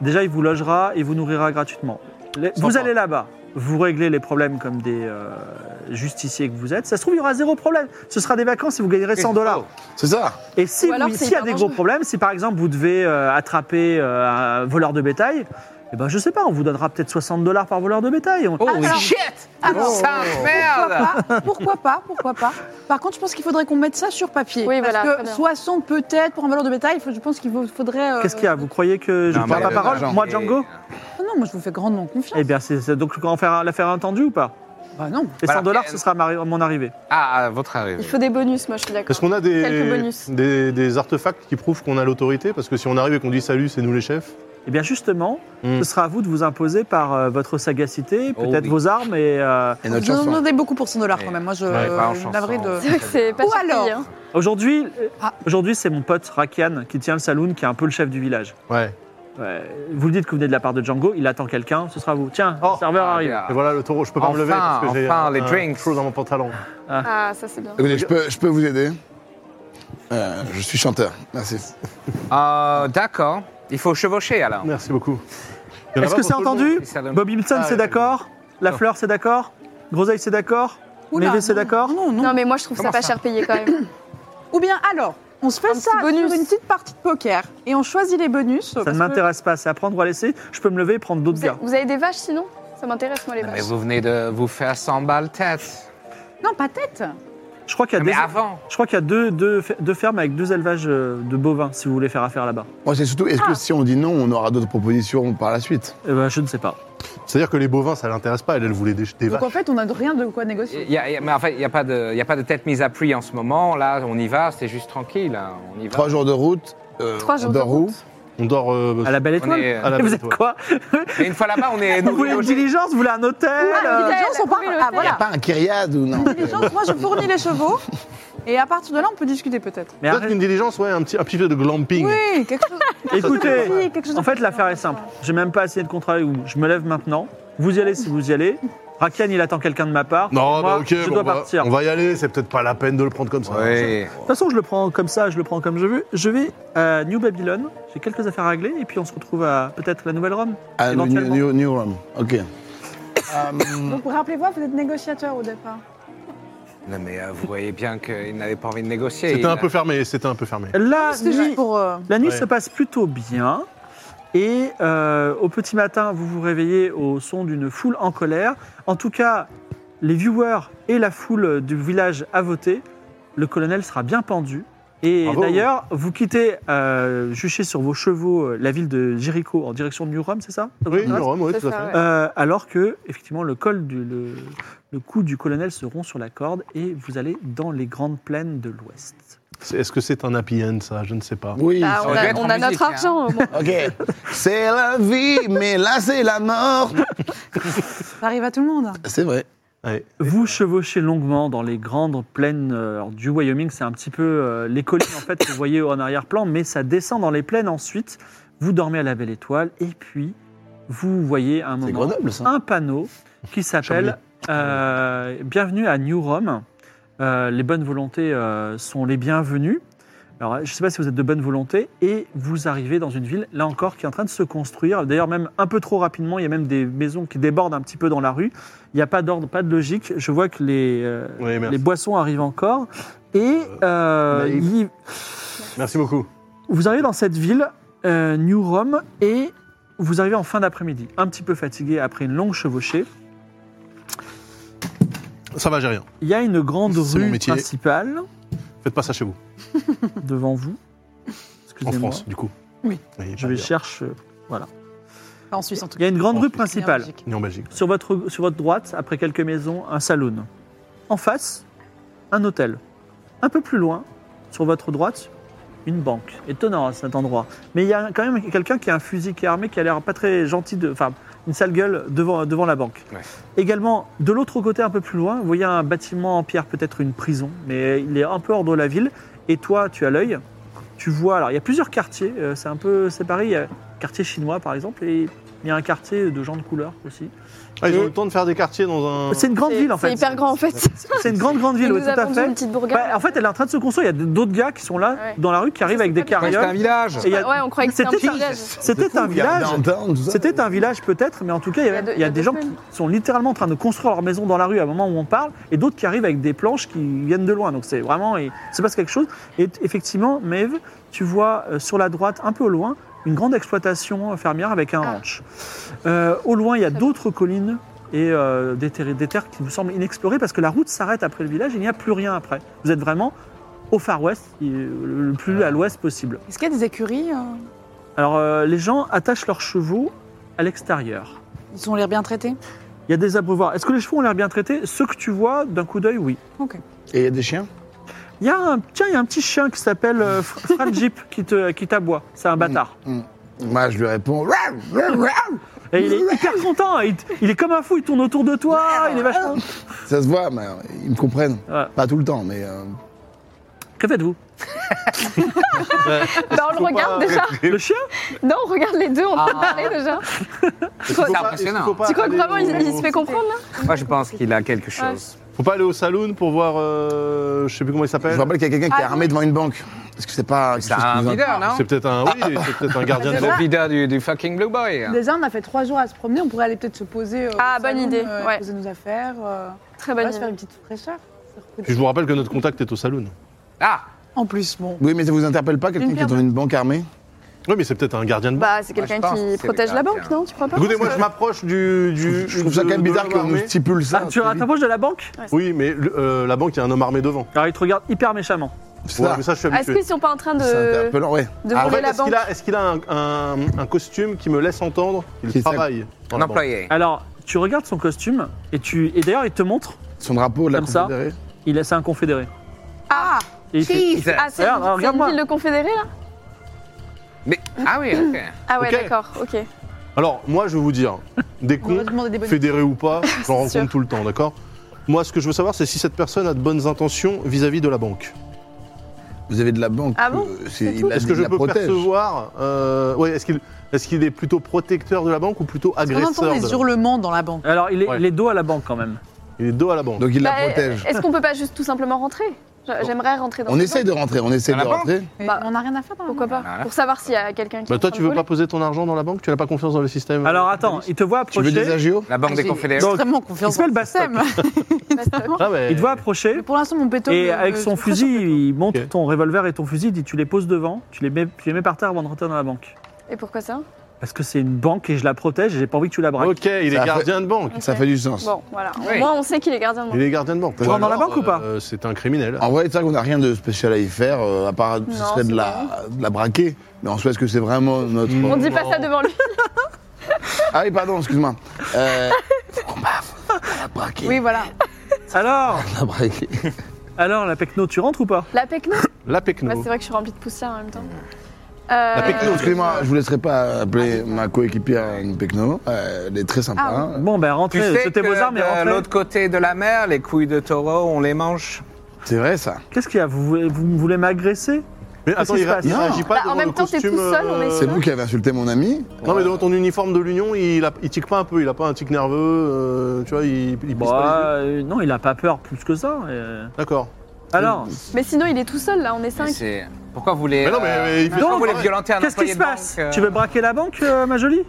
S3: Déjà, il vous logera et vous nourrira gratuitement. Les- vous
S6: Sympa.
S3: allez là-bas, vous réglez les problèmes comme des euh, justiciers que vous êtes. Ça se trouve, il y aura zéro problème. Ce sera des vacances et vous gagnerez 100 dollars.
S4: C'est ça
S3: Et si
S5: Ou alors,
S3: vous-
S5: c'est
S3: s'il y a
S5: hyper
S3: des
S5: dangereux.
S3: gros problèmes, si par exemple vous devez euh, attraper euh, un voleur de bétail, eh ben, je sais pas, on vous donnera peut-être 60 dollars par voleur de bétail. On-
S7: Oh
S5: Ah,
S8: Alors-
S7: shit
S8: Alors,
S5: Oh.
S7: Ça merde
S8: Pourquoi pas, pourquoi pas, pourquoi pas. Par contre, je pense qu'il faudrait qu'on mette ça sur papier.
S5: Oui,
S8: parce
S5: voilà, très
S8: que
S5: bien.
S8: 60 peut-être pour un valeur de bétail, il faut- je pense qu'il vaut- faudrait. euh,
S3: Qu'est-ce qu'il y a Vous croyez que je ne
S7: Non,
S3: parle
S4: mais
S3: pas
S4: le-
S3: parole
S4: l'argent.
S3: Moi, Django
S8: Ah non, moi je vous fais grandement confiance.
S3: Eh bien, c'est c'est- donc on va faire l'affaire entendue ou pas
S8: Bah
S3: Et
S8: non.
S3: 100
S7: Voilà.
S3: dollars, ce sera ma- mon arrivée.
S7: Ah, à votre arrivée.
S5: Il faut des bonus, moi je suis
S6: Est-ce
S5: d'accord.
S6: qu'on a
S5: Quelques
S6: des,
S5: bonus.
S6: des, des artefacts qui prouvent qu'on a l'autorité Parce que si on arrive et qu'on dit salut, c'est nous les chefs.
S3: Eh bien justement,
S6: Mm.
S3: ce sera à vous de vous imposer par euh, votre sagacité,
S7: Hmm. Oh
S3: peut-être
S7: oui.
S3: vos armes et... Eh euh,
S4: Et notre
S8: Vous en
S4: chanson.
S8: demandez beaucoup pour 100 dollars
S7: Ouais.
S8: quand même. Moi je.
S6: Ouais,
S8: euh,
S7: pas en
S8: je suis
S7: chanson.
S8: navré de.
S5: C'est vrai que c'est pas
S8: Ou
S5: cher
S8: alors-
S5: payé, hein.
S3: Aujourd'hui, euh,
S8: Ah.
S3: aujourd'hui c'est mon pote Rakian qui tient le saloon, qui est un peu le chef du village.
S6: Ouais.
S3: Ouais, Vous le dites que vous venez de la part de Django, il attend quelqu'un, ce sera vous. Tiens,
S6: Oh.
S3: le serveur
S7: Ah,
S3: arrive.
S7: bien.
S6: Et voilà, le taureau, je peux pas
S7: Enfin,
S6: me lever parce que j'ai
S7: enfin,
S6: un-
S7: les
S6: un
S7: drinks.
S6: chose dans mon pantalon.
S5: Ah, ça c'est bien.
S4: Écoutez, je peux, je peux vous aider Euh, Je suis chanteur. Merci.
S7: Euh, D'accord. Il faut chevaucher alors.
S6: Merci beaucoup. Il y en a
S3: Est-ce
S6: pas
S3: que
S6: pour
S3: c'est
S6: tout le monde.
S3: entendu
S7: Et ça donne-
S3: Bob Wilson,
S6: Ah,
S3: c'est
S6: oui.
S3: d'accord La
S6: Non.
S3: fleur c'est d'accord Groseille c'est d'accord
S8: Oula,
S3: Mévé, c'est
S8: non,
S3: d'accord
S8: Non, non.
S5: Non, mais moi, je trouve ça pas cher payé quand même.
S8: Ou bien alors, on se fait
S5: Un
S8: ça
S5: petit bonus.
S8: sur une petite partie de poker et on choisit les bonus.
S3: Ça ne m'intéresse pas, c'est à prendre ou à laisser. Je peux me lever et prendre d'autres
S5: Vous avez,
S3: gars.
S5: vous avez des vaches sinon Ça m'intéresse, moi, les
S7: Ah, Mais
S5: vaches.
S7: vous venez de vous faire 100 balles tête.
S8: Non, pas tête.
S3: Je crois qu'il y a,
S7: Mais
S3: des-
S7: avant.
S3: je crois qu'il y a deux, deux, fer- deux fermes avec deux élevages euh, de bovins, si vous voulez faire affaire là-bas.
S4: Moi, c'est surtout, est-ce que
S8: Ah.
S4: si on dit non, on aura d'autres propositions par la suite
S3: Eh ben, je ne sais pas.
S6: C'est-à-dire que les bovins, ça l'intéresse pas. Elle, elle voulait des, des
S8: Donc
S6: vaches.
S8: en fait, on n'a rien de quoi négocier.
S7: Il y a- il y a- mais en fait, il n'y a, pas de- il y a pas de tête mise à prix en ce moment. Là, on y va, c'est juste tranquille. hein, On y va.
S4: Trois jours de route, euh,
S5: Trois jours
S4: on
S5: de
S4: dort où
S5: route.
S6: On dort. euh,
S3: À la belle étoile
S7: est, euh,
S6: à la
S3: Et Vous
S6: belle
S3: êtes
S6: étoile.
S3: quoi
S7: Mais une fois là-bas, on est.
S3: Vous voulez une diligence Vous voulez un hôtel
S8: Ah,
S3: euh,
S8: les gens, on
S5: la
S8: part.
S5: commune, l'hôtel.
S8: Ah,
S4: Il n'y a
S8: voilà.
S4: pas un Kyriade ou non
S8: Diligence, moi, je fournis les chevaux. Et à partir de là, on peut discuter peut-être.
S3: Mais
S6: Peut-être
S3: arrête-
S6: qu'une diligence, ouais, un petit, un petit peu de glamping.
S8: Oui, quelque chose.
S3: Écoutez,
S8: Oui, quelque chose de
S3: en fait,
S8: plus
S3: l'affaire
S8: grand,
S3: est simple.
S8: ça.
S3: J'ai même pas essayé de contrarier vous. Je me lève maintenant. Vous y allez si vous y allez. Rakian, il attend quelqu'un de ma part.
S6: Non,
S3: Moi,
S6: bah ok,
S3: je
S6: bon,
S3: dois
S6: on, va,
S3: partir.
S6: on va y aller. C'est peut-être pas la peine de le prendre comme ça.
S3: De
S7: Oui.
S3: toute façon, je le prends comme ça, je le prends comme je veux. Je vais à New Babylon. J'ai quelques affaires à régler et puis on se retrouve à peut-être la Nouvelle-Rome.
S4: Ah, le New,
S3: Éventuellement.
S4: new, new Room, ok. Euh,
S8: Donc rappelez-vous, vous êtes négociateur au départ.
S7: Non, mais euh, vous voyez bien qu'il n'avait pas envie de négocier.
S6: C'était
S7: Il-
S6: un peu fermé. C'était un peu fermé.
S5: Ah,
S3: La
S8: C'était
S3: nuit,
S8: juste pour. euh,
S3: la nuit
S6: Ouais.
S3: se passe plutôt bien. Et euh, au petit matin, vous vous réveillez au son d'une foule en colère. En tout cas, les viewers et la foule du village a voté. Le colonel sera bien pendu. Et
S6: Bravo.
S3: d'ailleurs, vous quittez, euh, juché sur vos chevaux, euh, la ville de Jéricho en direction de New Rome, c'est ça Ça vous
S6: Oui,
S3: intéresse
S6: Rome, oui,
S5: C'est
S6: tout à
S5: ça,
S6: fait.
S5: ouais.
S3: Euh, alors que, effectivement, le col du le, le cou du colonel se rompt sur la corde et vous allez dans les grandes plaines de l'Ouest.
S6: C'est- Est-ce que c'est un happy end, ça Je ne sais pas.
S4: oui,
S5: Bah,
S7: ça
S5: on
S7: aurait dû
S5: a,
S7: être
S5: on
S7: en
S5: a
S7: musique,
S5: notre
S7: hein.
S5: argent au moins.
S4: ok. C'est la vie, mais là, c'est la mort.
S8: Ça arrive à tout le monde.
S4: C'est vrai.
S6: Ouais.
S3: Vous chevauchez longuement dans les grandes plaines euh, alors, du Wyoming. C'est un petit peu euh, les collines en fait que vous voyez en arrière-plan, mais ça descend dans les plaines ensuite. Vous dormez à la Belle Étoile et puis vous voyez à un
S4: C'est
S3: moment
S4: Grenoble, ça.
S3: un panneau qui s'appelle euh, Bienvenue à New Rome. Euh, les bonnes volontés euh, sont les bienvenues. Alors, je ne sais pas si vous êtes de bonne volonté et vous arrivez dans une ville, là encore, qui est en train de se construire. D'ailleurs, même un peu trop rapidement, il y a même des maisons qui débordent un petit peu dans la rue. Il n'y a pas d'ordre, pas de logique. Je vois que les, euh,
S6: Oui, merci.
S3: les boissons arrivent encore. Et euh,
S6: Naïf.
S3: il-
S6: Merci beaucoup.
S3: vous arrivez dans cette ville, euh, New Rome, et vous arrivez en fin d'après-midi, un petit peu fatigué après une longue chevauchée.
S6: Ça va, j'ai rien.
S3: Il y a une grande
S6: C'est mon
S3: rue
S6: métier.
S3: principale
S6: Faites pas ça chez vous,
S3: devant vous.
S6: en
S3: Excusez-moi.
S6: France, du coup.
S8: Oui.
S3: Je vais chercher.
S8: Enfin, en Suisse, en tout
S3: Il y a une grande
S6: En
S3: rue
S6: Suisse.
S3: principale.
S8: Belgique.
S6: Ni en Belgique.
S3: Sur votre, sur votre droite, après quelques maisons, un saloon. En face, un hôtel. Un peu plus loin, sur votre droite, une banque. Étonnant à cet endroit. Mais il y a quand même quelqu'un qui a un fusil qui est armé, qui a l'air pas très gentil, de, enfin une sale gueule devant, devant la banque.
S7: Ouais.
S3: Également, de l'autre côté, un peu plus loin, vous voyez un bâtiment en pierre, peut-être une prison, mais il est un peu hors de la ville. Et toi, tu as l'œil, tu vois, alors il y a plusieurs quartiers, euh, c'est un peu séparé, il y a un quartier chinois par exemple, et il y a un quartier de gens de couleur aussi.
S6: Ah, ils ont
S3: Et-
S6: eu le temps de faire des quartiers dans un.
S3: C'est une grande
S5: C'est-
S3: ville en
S5: C'est
S3: fait.
S5: hyper grand en fait.
S3: C'est une grande grande
S5: Il
S3: ville, oui,
S5: nous
S3: tout
S5: a
S3: à
S5: vendu
S3: fait.
S5: une petite bourgade.
S3: Bah, en fait, elle est en train de se construire. Il y a d'autres gars qui sont là
S5: Ouais.
S3: dans la rue qui arrivent avec des
S5: pas des
S7: C'est un
S3: carrioles.
S7: village.
S3: Et il y a-
S5: Ouais, on croyait que c'était un
S3: C'était-
S5: petit village.
S3: C'était un
S4: Il y a un
S3: village.
S4: downtown, tout ça.
S3: C'était un village peut-être, mais en tout cas, il y a, il y a des gens qui sont littéralement en train de construire leur maison dans la rue à un moment où on parle, et d'autres qui arrivent avec des planches qui viennent de loin. Donc c'est vraiment, il se passe quelque chose. Et t- effectivement, Maeve, tu vois euh, sur la droite, un peu au loin, une grande exploitation euh, fermière avec un
S5: Ah.
S3: ranch. Euh, au loin, il y a
S5: Très
S3: d'autres collines et euh, des, terres, des terres qui vous semblent inexplorées parce que la route s'arrête après le village, il n'y a plus rien après. Vous êtes vraiment au Far West, et, euh, le plus à l'ouest possible.
S8: Est-ce qu'il y a des écuries euh,
S3: Alors euh, les gens attachent leurs chevaux à l'extérieur.
S8: Ils ont l'air bien traités.
S3: Il y a des abreuvoirs. Est-ce que les chevaux ont l'air bien traités Ceux que tu vois d'un coup d'œil, oui.
S4: Et il y a des chiens
S3: Il y a un, tiens, il y a un petit chien qui s'appelle euh, Fr- Frangip qui te- qui t'aboie. C'est un bâtard.
S4: Mm. Moi, je lui réponds. Raou, raou, raou.
S3: Et il est hyper content. Il, t- il est comme un fou. Il tourne autour de toi. Il est vachement.
S4: Ça se voit, mais euh, ils me comprennent.
S3: Ouais.
S4: Pas tout le temps, mais. euh,
S3: Que faites-vous
S5: Bah, on le regarde déjà.
S3: Le chien
S5: Non, on regarde les deux, on peut parler déjà.
S7: C'est
S5: Tu
S7: impressionnant.
S5: crois que vraiment il, il se fait
S6: comprendre
S5: comprendre là
S7: Moi, je pense qu'il a quelque chose.
S6: Faut pas aller au saloon pour voir. euh, je sais plus comment il
S4: Je
S6: s'appelle.
S4: me rappelle qu'il y a quelqu'un qui est
S8: Ah,
S4: armé
S8: oui.
S4: devant une banque. Parce que c'est pas. quelque
S7: C'est
S4: chose qui
S7: un
S4: nous
S7: videur, non Ah.
S6: C'est peut-être un, oui, c'est peut-être un gardien de la
S7: Le videur du, du fucking Blue Boy.
S8: Déjà, on a fait trois jours à se promener. On pourrait aller peut-être se poser. euh, au
S5: Ah, bonne
S8: salon,
S5: idée,
S8: euh,
S5: ouais.
S8: Poser nos affaires. euh,
S5: Très
S8: voilà,
S5: bonne
S8: se faire
S5: idée.
S8: une petite fraîcheur. se reposer.
S6: Puis je vous rappelle que notre contact est au saloon.
S7: Ah
S8: En plus, bon.
S4: Oui, mais ça vous interpelle pas quelqu'un
S8: Une
S4: qui est dans une banque armée
S6: Oui, mais c'est peut-être un gardien de banque.
S5: Bah, c'est
S7: Moi, je
S5: quelqu'un
S7: pense que
S5: qui
S7: c'est le
S5: protège la
S7: gardien.
S5: banque, non Tu crois
S8: Bah,
S5: pas
S6: Écoutez, moi je m'approche du, du.
S4: Je trouve ça quand même
S6: de- de
S4: bizarre qu'on
S6: l'homme
S4: nous
S6: armé.
S4: stipule ça.
S3: Ah, tu t'approches de la banque
S6: Oui, mais le- euh, la banque, il y a un homme armé devant.
S3: Alors, il te regarde hyper méchamment.
S4: C'est
S6: Ouais,
S4: ça.
S6: mais ça, je suis
S5: Ah, Est-ce
S6: habitué.
S5: qu'ils sont pas en train
S4: C'est
S5: de,
S4: interpellant, ouais.
S5: de
S4: Ah,
S6: En fait,
S5: voler la
S6: est-ce
S5: banque
S6: qu'il a, est-ce qu'il a un, un- un costume qui me laisse entendre qu'il
S4: Qui ça-
S6: travaille dans
S7: Un
S6: la banque
S7: employé.
S3: Alors, tu regardes son costume et tu et d'ailleurs, il te montre,
S4: Son drapeau, la
S3: Comme ça.
S4: confédérée.
S3: il est c'est un confédéré.
S8: Ah
S3: Et il fait- il fait-
S5: Ah, c'est
S3: Regarde,
S5: c'est une
S3: regarde-moi.
S5: ville de confédérés là
S7: Mais, ah oui, ok.
S5: Ah ouais,
S6: Ok.
S5: d'accord, ok.
S6: Alors, moi, je vais vous dire, des
S8: On va
S6: cons,
S8: demander des bonnes
S6: fédérés ou pas, j'en
S5: C'est
S6: rencontre
S5: sûr.
S6: tout le temps, d'accord Moi, ce que je veux savoir, c'est si cette personne a de bonnes intentions vis-à-vis de la banque.
S4: Vous avez de la banque.
S5: Ah bon
S4: euh,
S5: C'est
S4: il
S5: tout
S4: la-
S6: Est-ce que
S4: il
S6: je
S4: la
S6: peux
S4: protège.
S6: percevoir euh, ouais, Est-ce qu'il est, qu'il est plutôt protecteur de la banque ou plutôt
S8: On
S6: agresseur
S8: entend
S6: de la
S8: des
S6: banque
S8: hurlements dans la banque.
S3: Alors, il est,
S6: Ouais.
S3: il est dos à la banque quand même.
S6: Il est dos à la banque.
S4: Donc il la
S5: Bah,
S4: protège.
S5: Est-ce qu'on peut pas juste tout simplement rentrer J'a- J'aimerais rentrer dans
S4: On
S5: la
S4: essaye
S5: banque.
S4: de rentrer, on essaye
S7: Dans la
S4: de
S7: banque
S4: rentrer.
S8: Mais
S5: Bah,
S8: on n'a rien à faire dans la
S5: Pourquoi
S8: banque.
S5: pas
S4: Ah.
S7: Voilà.
S5: Pour savoir s'il y a quelqu'un qui.
S6: bah,
S5: est en
S6: toi,
S5: train
S6: tu
S5: de
S6: veux pas
S5: voler.
S6: poser ton argent dans la banque Tu n'as pas confiance dans le système
S3: Alors, attends, il te voit
S4: Tu veux des
S3: approcher.
S4: agios
S7: La banque
S8: Ah,
S7: des
S8: j'ai-
S7: confédérés.
S8: J'ai extrêmement confiance en
S3: Ismaël
S8: le
S3: Bastok.
S8: système. Évidemment.
S6: Ah, mais-
S3: Il te voit approcher.
S8: Mais pour l'instant, mon pétole.
S3: Et
S8: me-
S3: avec
S8: me-
S3: son
S8: me-
S3: fusil, il montre
S6: Ok.
S3: ton revolver et ton fusil, il dit tu les poses devant, tu les mets, tu les mets par terre avant de rentrer dans la banque.
S5: Et pourquoi ça
S3: Parce que c'est une banque et je la protège et j'ai pas envie que tu la braques.
S6: Ok, il
S4: Ça
S6: est
S4: fait-
S6: gardien de banque.
S4: Ça fait du sens.
S5: Bon, voilà.
S7: Oui.
S5: Au moins, on sait qu'il est gardien de
S6: Il
S5: banque.
S6: est gardien de banque.
S4: Tu rentres
S6: Alors,
S3: dans la banque ou pas
S6: euh, C'est un criminel.
S4: En vrai, c'est vrai qu'on n'a rien de spécial à y faire, euh, à part ce
S5: Non,
S4: serait de
S5: c'est
S4: la, de la braquer. Mais en soi, est-ce que c'est vraiment notre.
S5: On dit pas
S6: Non.
S5: ça devant lui.
S4: Ah oui, pardon, excuse-moi. Euh... on va- on va braquer.
S8: Oui, voilà.
S3: Alors,
S4: on va braquer.
S3: alors la Pecno, tu rentres ou pas
S5: La pecno
S6: La
S5: Bah,
S6: Pecno.
S5: C'est vrai que je suis remplie de poussière en même temps.
S4: La
S5: Euh,
S4: Pecno, excusez-moi, je vous laisserai pas appeler ma coéquipière une Pecno. Euh, elle est très sympa.
S8: Ah
S3: Bon ben
S7: Tu
S3: rentrez,
S7: sais que
S3: c'était vos armes et
S7: de
S3: rentrez.
S7: l'autre côté de la mer, les couilles de taureau, on les mange.
S4: C'est vrai, ça.
S3: Qu'est-ce qu'il y a vous voulez, vous voulez m'agresser
S6: Mais attends,
S3: Qu'est-ce
S6: il
S3: qui se passe
S6: ne réagit pas
S5: Bah, en
S6: devant
S5: même
S6: le
S5: temps, t'es
S6: costume,
S5: tout seul, on est
S6: euh,
S4: C'est vous qui avez insulté mon ami.
S6: Non, mais devant ton uniforme de l'Union, il, a- il tique pas un peu, il a pas un tic nerveux, euh, tu vois, il, il plisse pas les yeux.
S3: Bah, euh, Non, il a pas peur plus que ça. euh.
S6: D'accord.
S3: Alors,
S5: Mais sinon, il est tout seul là, on est
S7: Mais
S5: cinq.
S7: c'est- Pourquoi vous voulez.
S6: Mais non, mais-
S7: euh,
S6: mais il fait
S7: pourquoi
S3: ça
S7: vous voulez
S6: pareil.
S7: violenter un
S3: qu'est-ce qui
S7: employé
S3: se
S7: de
S3: passe
S7: banque, euh,
S3: Tu veux braquer la banque, euh, ma jolie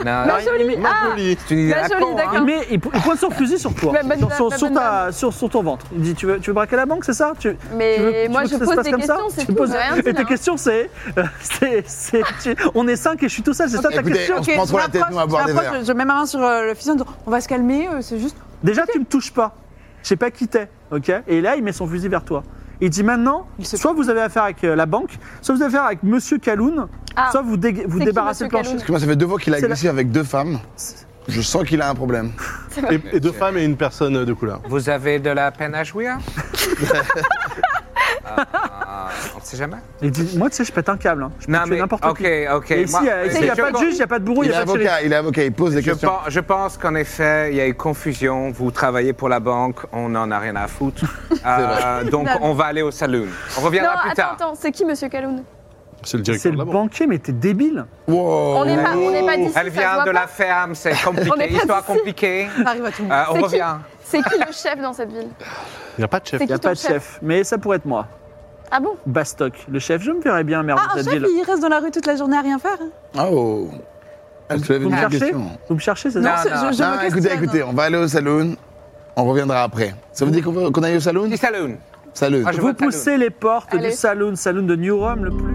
S7: Non,
S5: Ma jolie Ah
S6: Joli.
S7: tu disais
S5: Ma
S7: la
S5: jolie,
S7: con, hein.
S5: d'accord.
S3: Il, met, il, il pointe son fusil sur toi,
S5: La bonne
S3: sur,
S5: dame,
S3: sur-
S5: la
S3: sur
S5: bonne
S3: ta, sur, sur ton ventre. Il dit tu veux, tu veux braquer la banque, c'est ça Tu-
S5: Mais
S3: Tu veux- tu
S5: moi,
S3: veux
S5: je
S3: que ça se
S5: pose
S3: passe
S5: des
S3: comme ça
S5: questions, c'est
S3: Tu
S5: tout.
S3: poses-
S5: j'ai rien dit,
S3: Et
S5: là.
S3: tes questions, c'est. euh, c'est- c'est- tu- on est cinq et je suis tout seul, c'est ça ta
S4: Écoutez,
S3: question
S4: on se prend trop la tête, nous, à boire des verres.
S8: Je mets ma main sur euh, le fusil en disant on va se calmer, euh, c'est juste.
S3: Déjà, tu me touches pas. Je sais pas qui t'es, ok Et là, il met son fusil vers toi. Il dit maintenant
S8: Il se-
S3: soit vous avez affaire avec euh, la banque, soit vous avez affaire avec monsieur Kaloun,
S5: Ah.
S3: soit vous, dég- vous
S5: qui,
S3: débarrassez
S5: monsieur
S3: le plancher.
S5: Kaloun
S4: Excuse-moi, ça fait deux fois qu'il a
S3: C'est la-
S4: agressé avec deux femmes. Je sens qu'il a un problème.
S6: Et, et deux femmes et une personne de couleur.
S7: Vous avez de la peine à jouir Ah, On ne sait jamais.
S3: Il dit moi, tu sais, je pète un câble. hein. Je peux tuer n'importe
S7: ok,
S3: qui.
S7: ok.
S3: Et ici,
S7: moi-
S3: il n'y a, ici, il y a
S7: je
S3: pas de
S7: pense-
S3: juge, il n'y a pas de bourreau, il
S4: Il
S3: n'y
S4: est
S3: a pas de shérif.
S4: avocat, il est avocat, il pose des
S7: Je
S4: questions.
S7: pense, je pense qu'en effet, il y a eu confusion. Vous travaillez pour la banque, on n'en a rien à foutre. Euh, donc, on va aller au saloon. On
S5: Bah, Non,
S7: reviendra plus
S5: attends,
S7: tard.
S5: attends, c'est qui monsieur Kaloun
S6: C'est
S3: C'est
S6: le directeur de
S3: le
S6: la banque.
S3: banquier, mais t'es débile.
S4: Wow.
S5: On n'est pas, on n'est pas d'ici.
S7: Elle
S5: ça se
S7: vient
S5: voit
S7: de la
S5: pas.
S7: ferme, c'est
S5: On est
S7: compliqué,
S5: pas
S7: histoire
S5: d'ici.
S7: compliquée.
S8: Ça arrive à tout le monde.
S3: Ah,
S7: Euh, on
S5: C'est qui
S7: revient.
S5: C'est qui le chef dans cette ville
S6: Il n'y a pas de chef.
S5: C'est
S3: Il n'y a
S5: qui ton
S3: pas de chef, mais ça pourrait être moi.
S5: Ah bon
S3: Bastoc, le chef, je me verrais bien, merde,
S8: Ah, un
S3: cette
S8: chef,
S3: ville.
S8: il reste dans la rue toute la journée à rien faire
S4: Oh. Elle te lève
S3: Vous me
S4: une
S3: cherchez
S4: question.
S3: Vous me cherchez, c'est
S8: Non,
S3: ça
S8: c'est- je, je
S4: Non,
S8: me
S4: écoutez,
S8: questionne.
S4: écoutez, on va aller au saloon. On reviendra après. Ça vous dit qu'on va- qu'on aille au saloon
S7: Petit saloon.
S4: Salut.
S7: Ah, je-
S3: Vous
S7: vote saloon.
S3: poussez les portes
S5: Allez.
S3: du saloon, saloon de New Rome, le plus.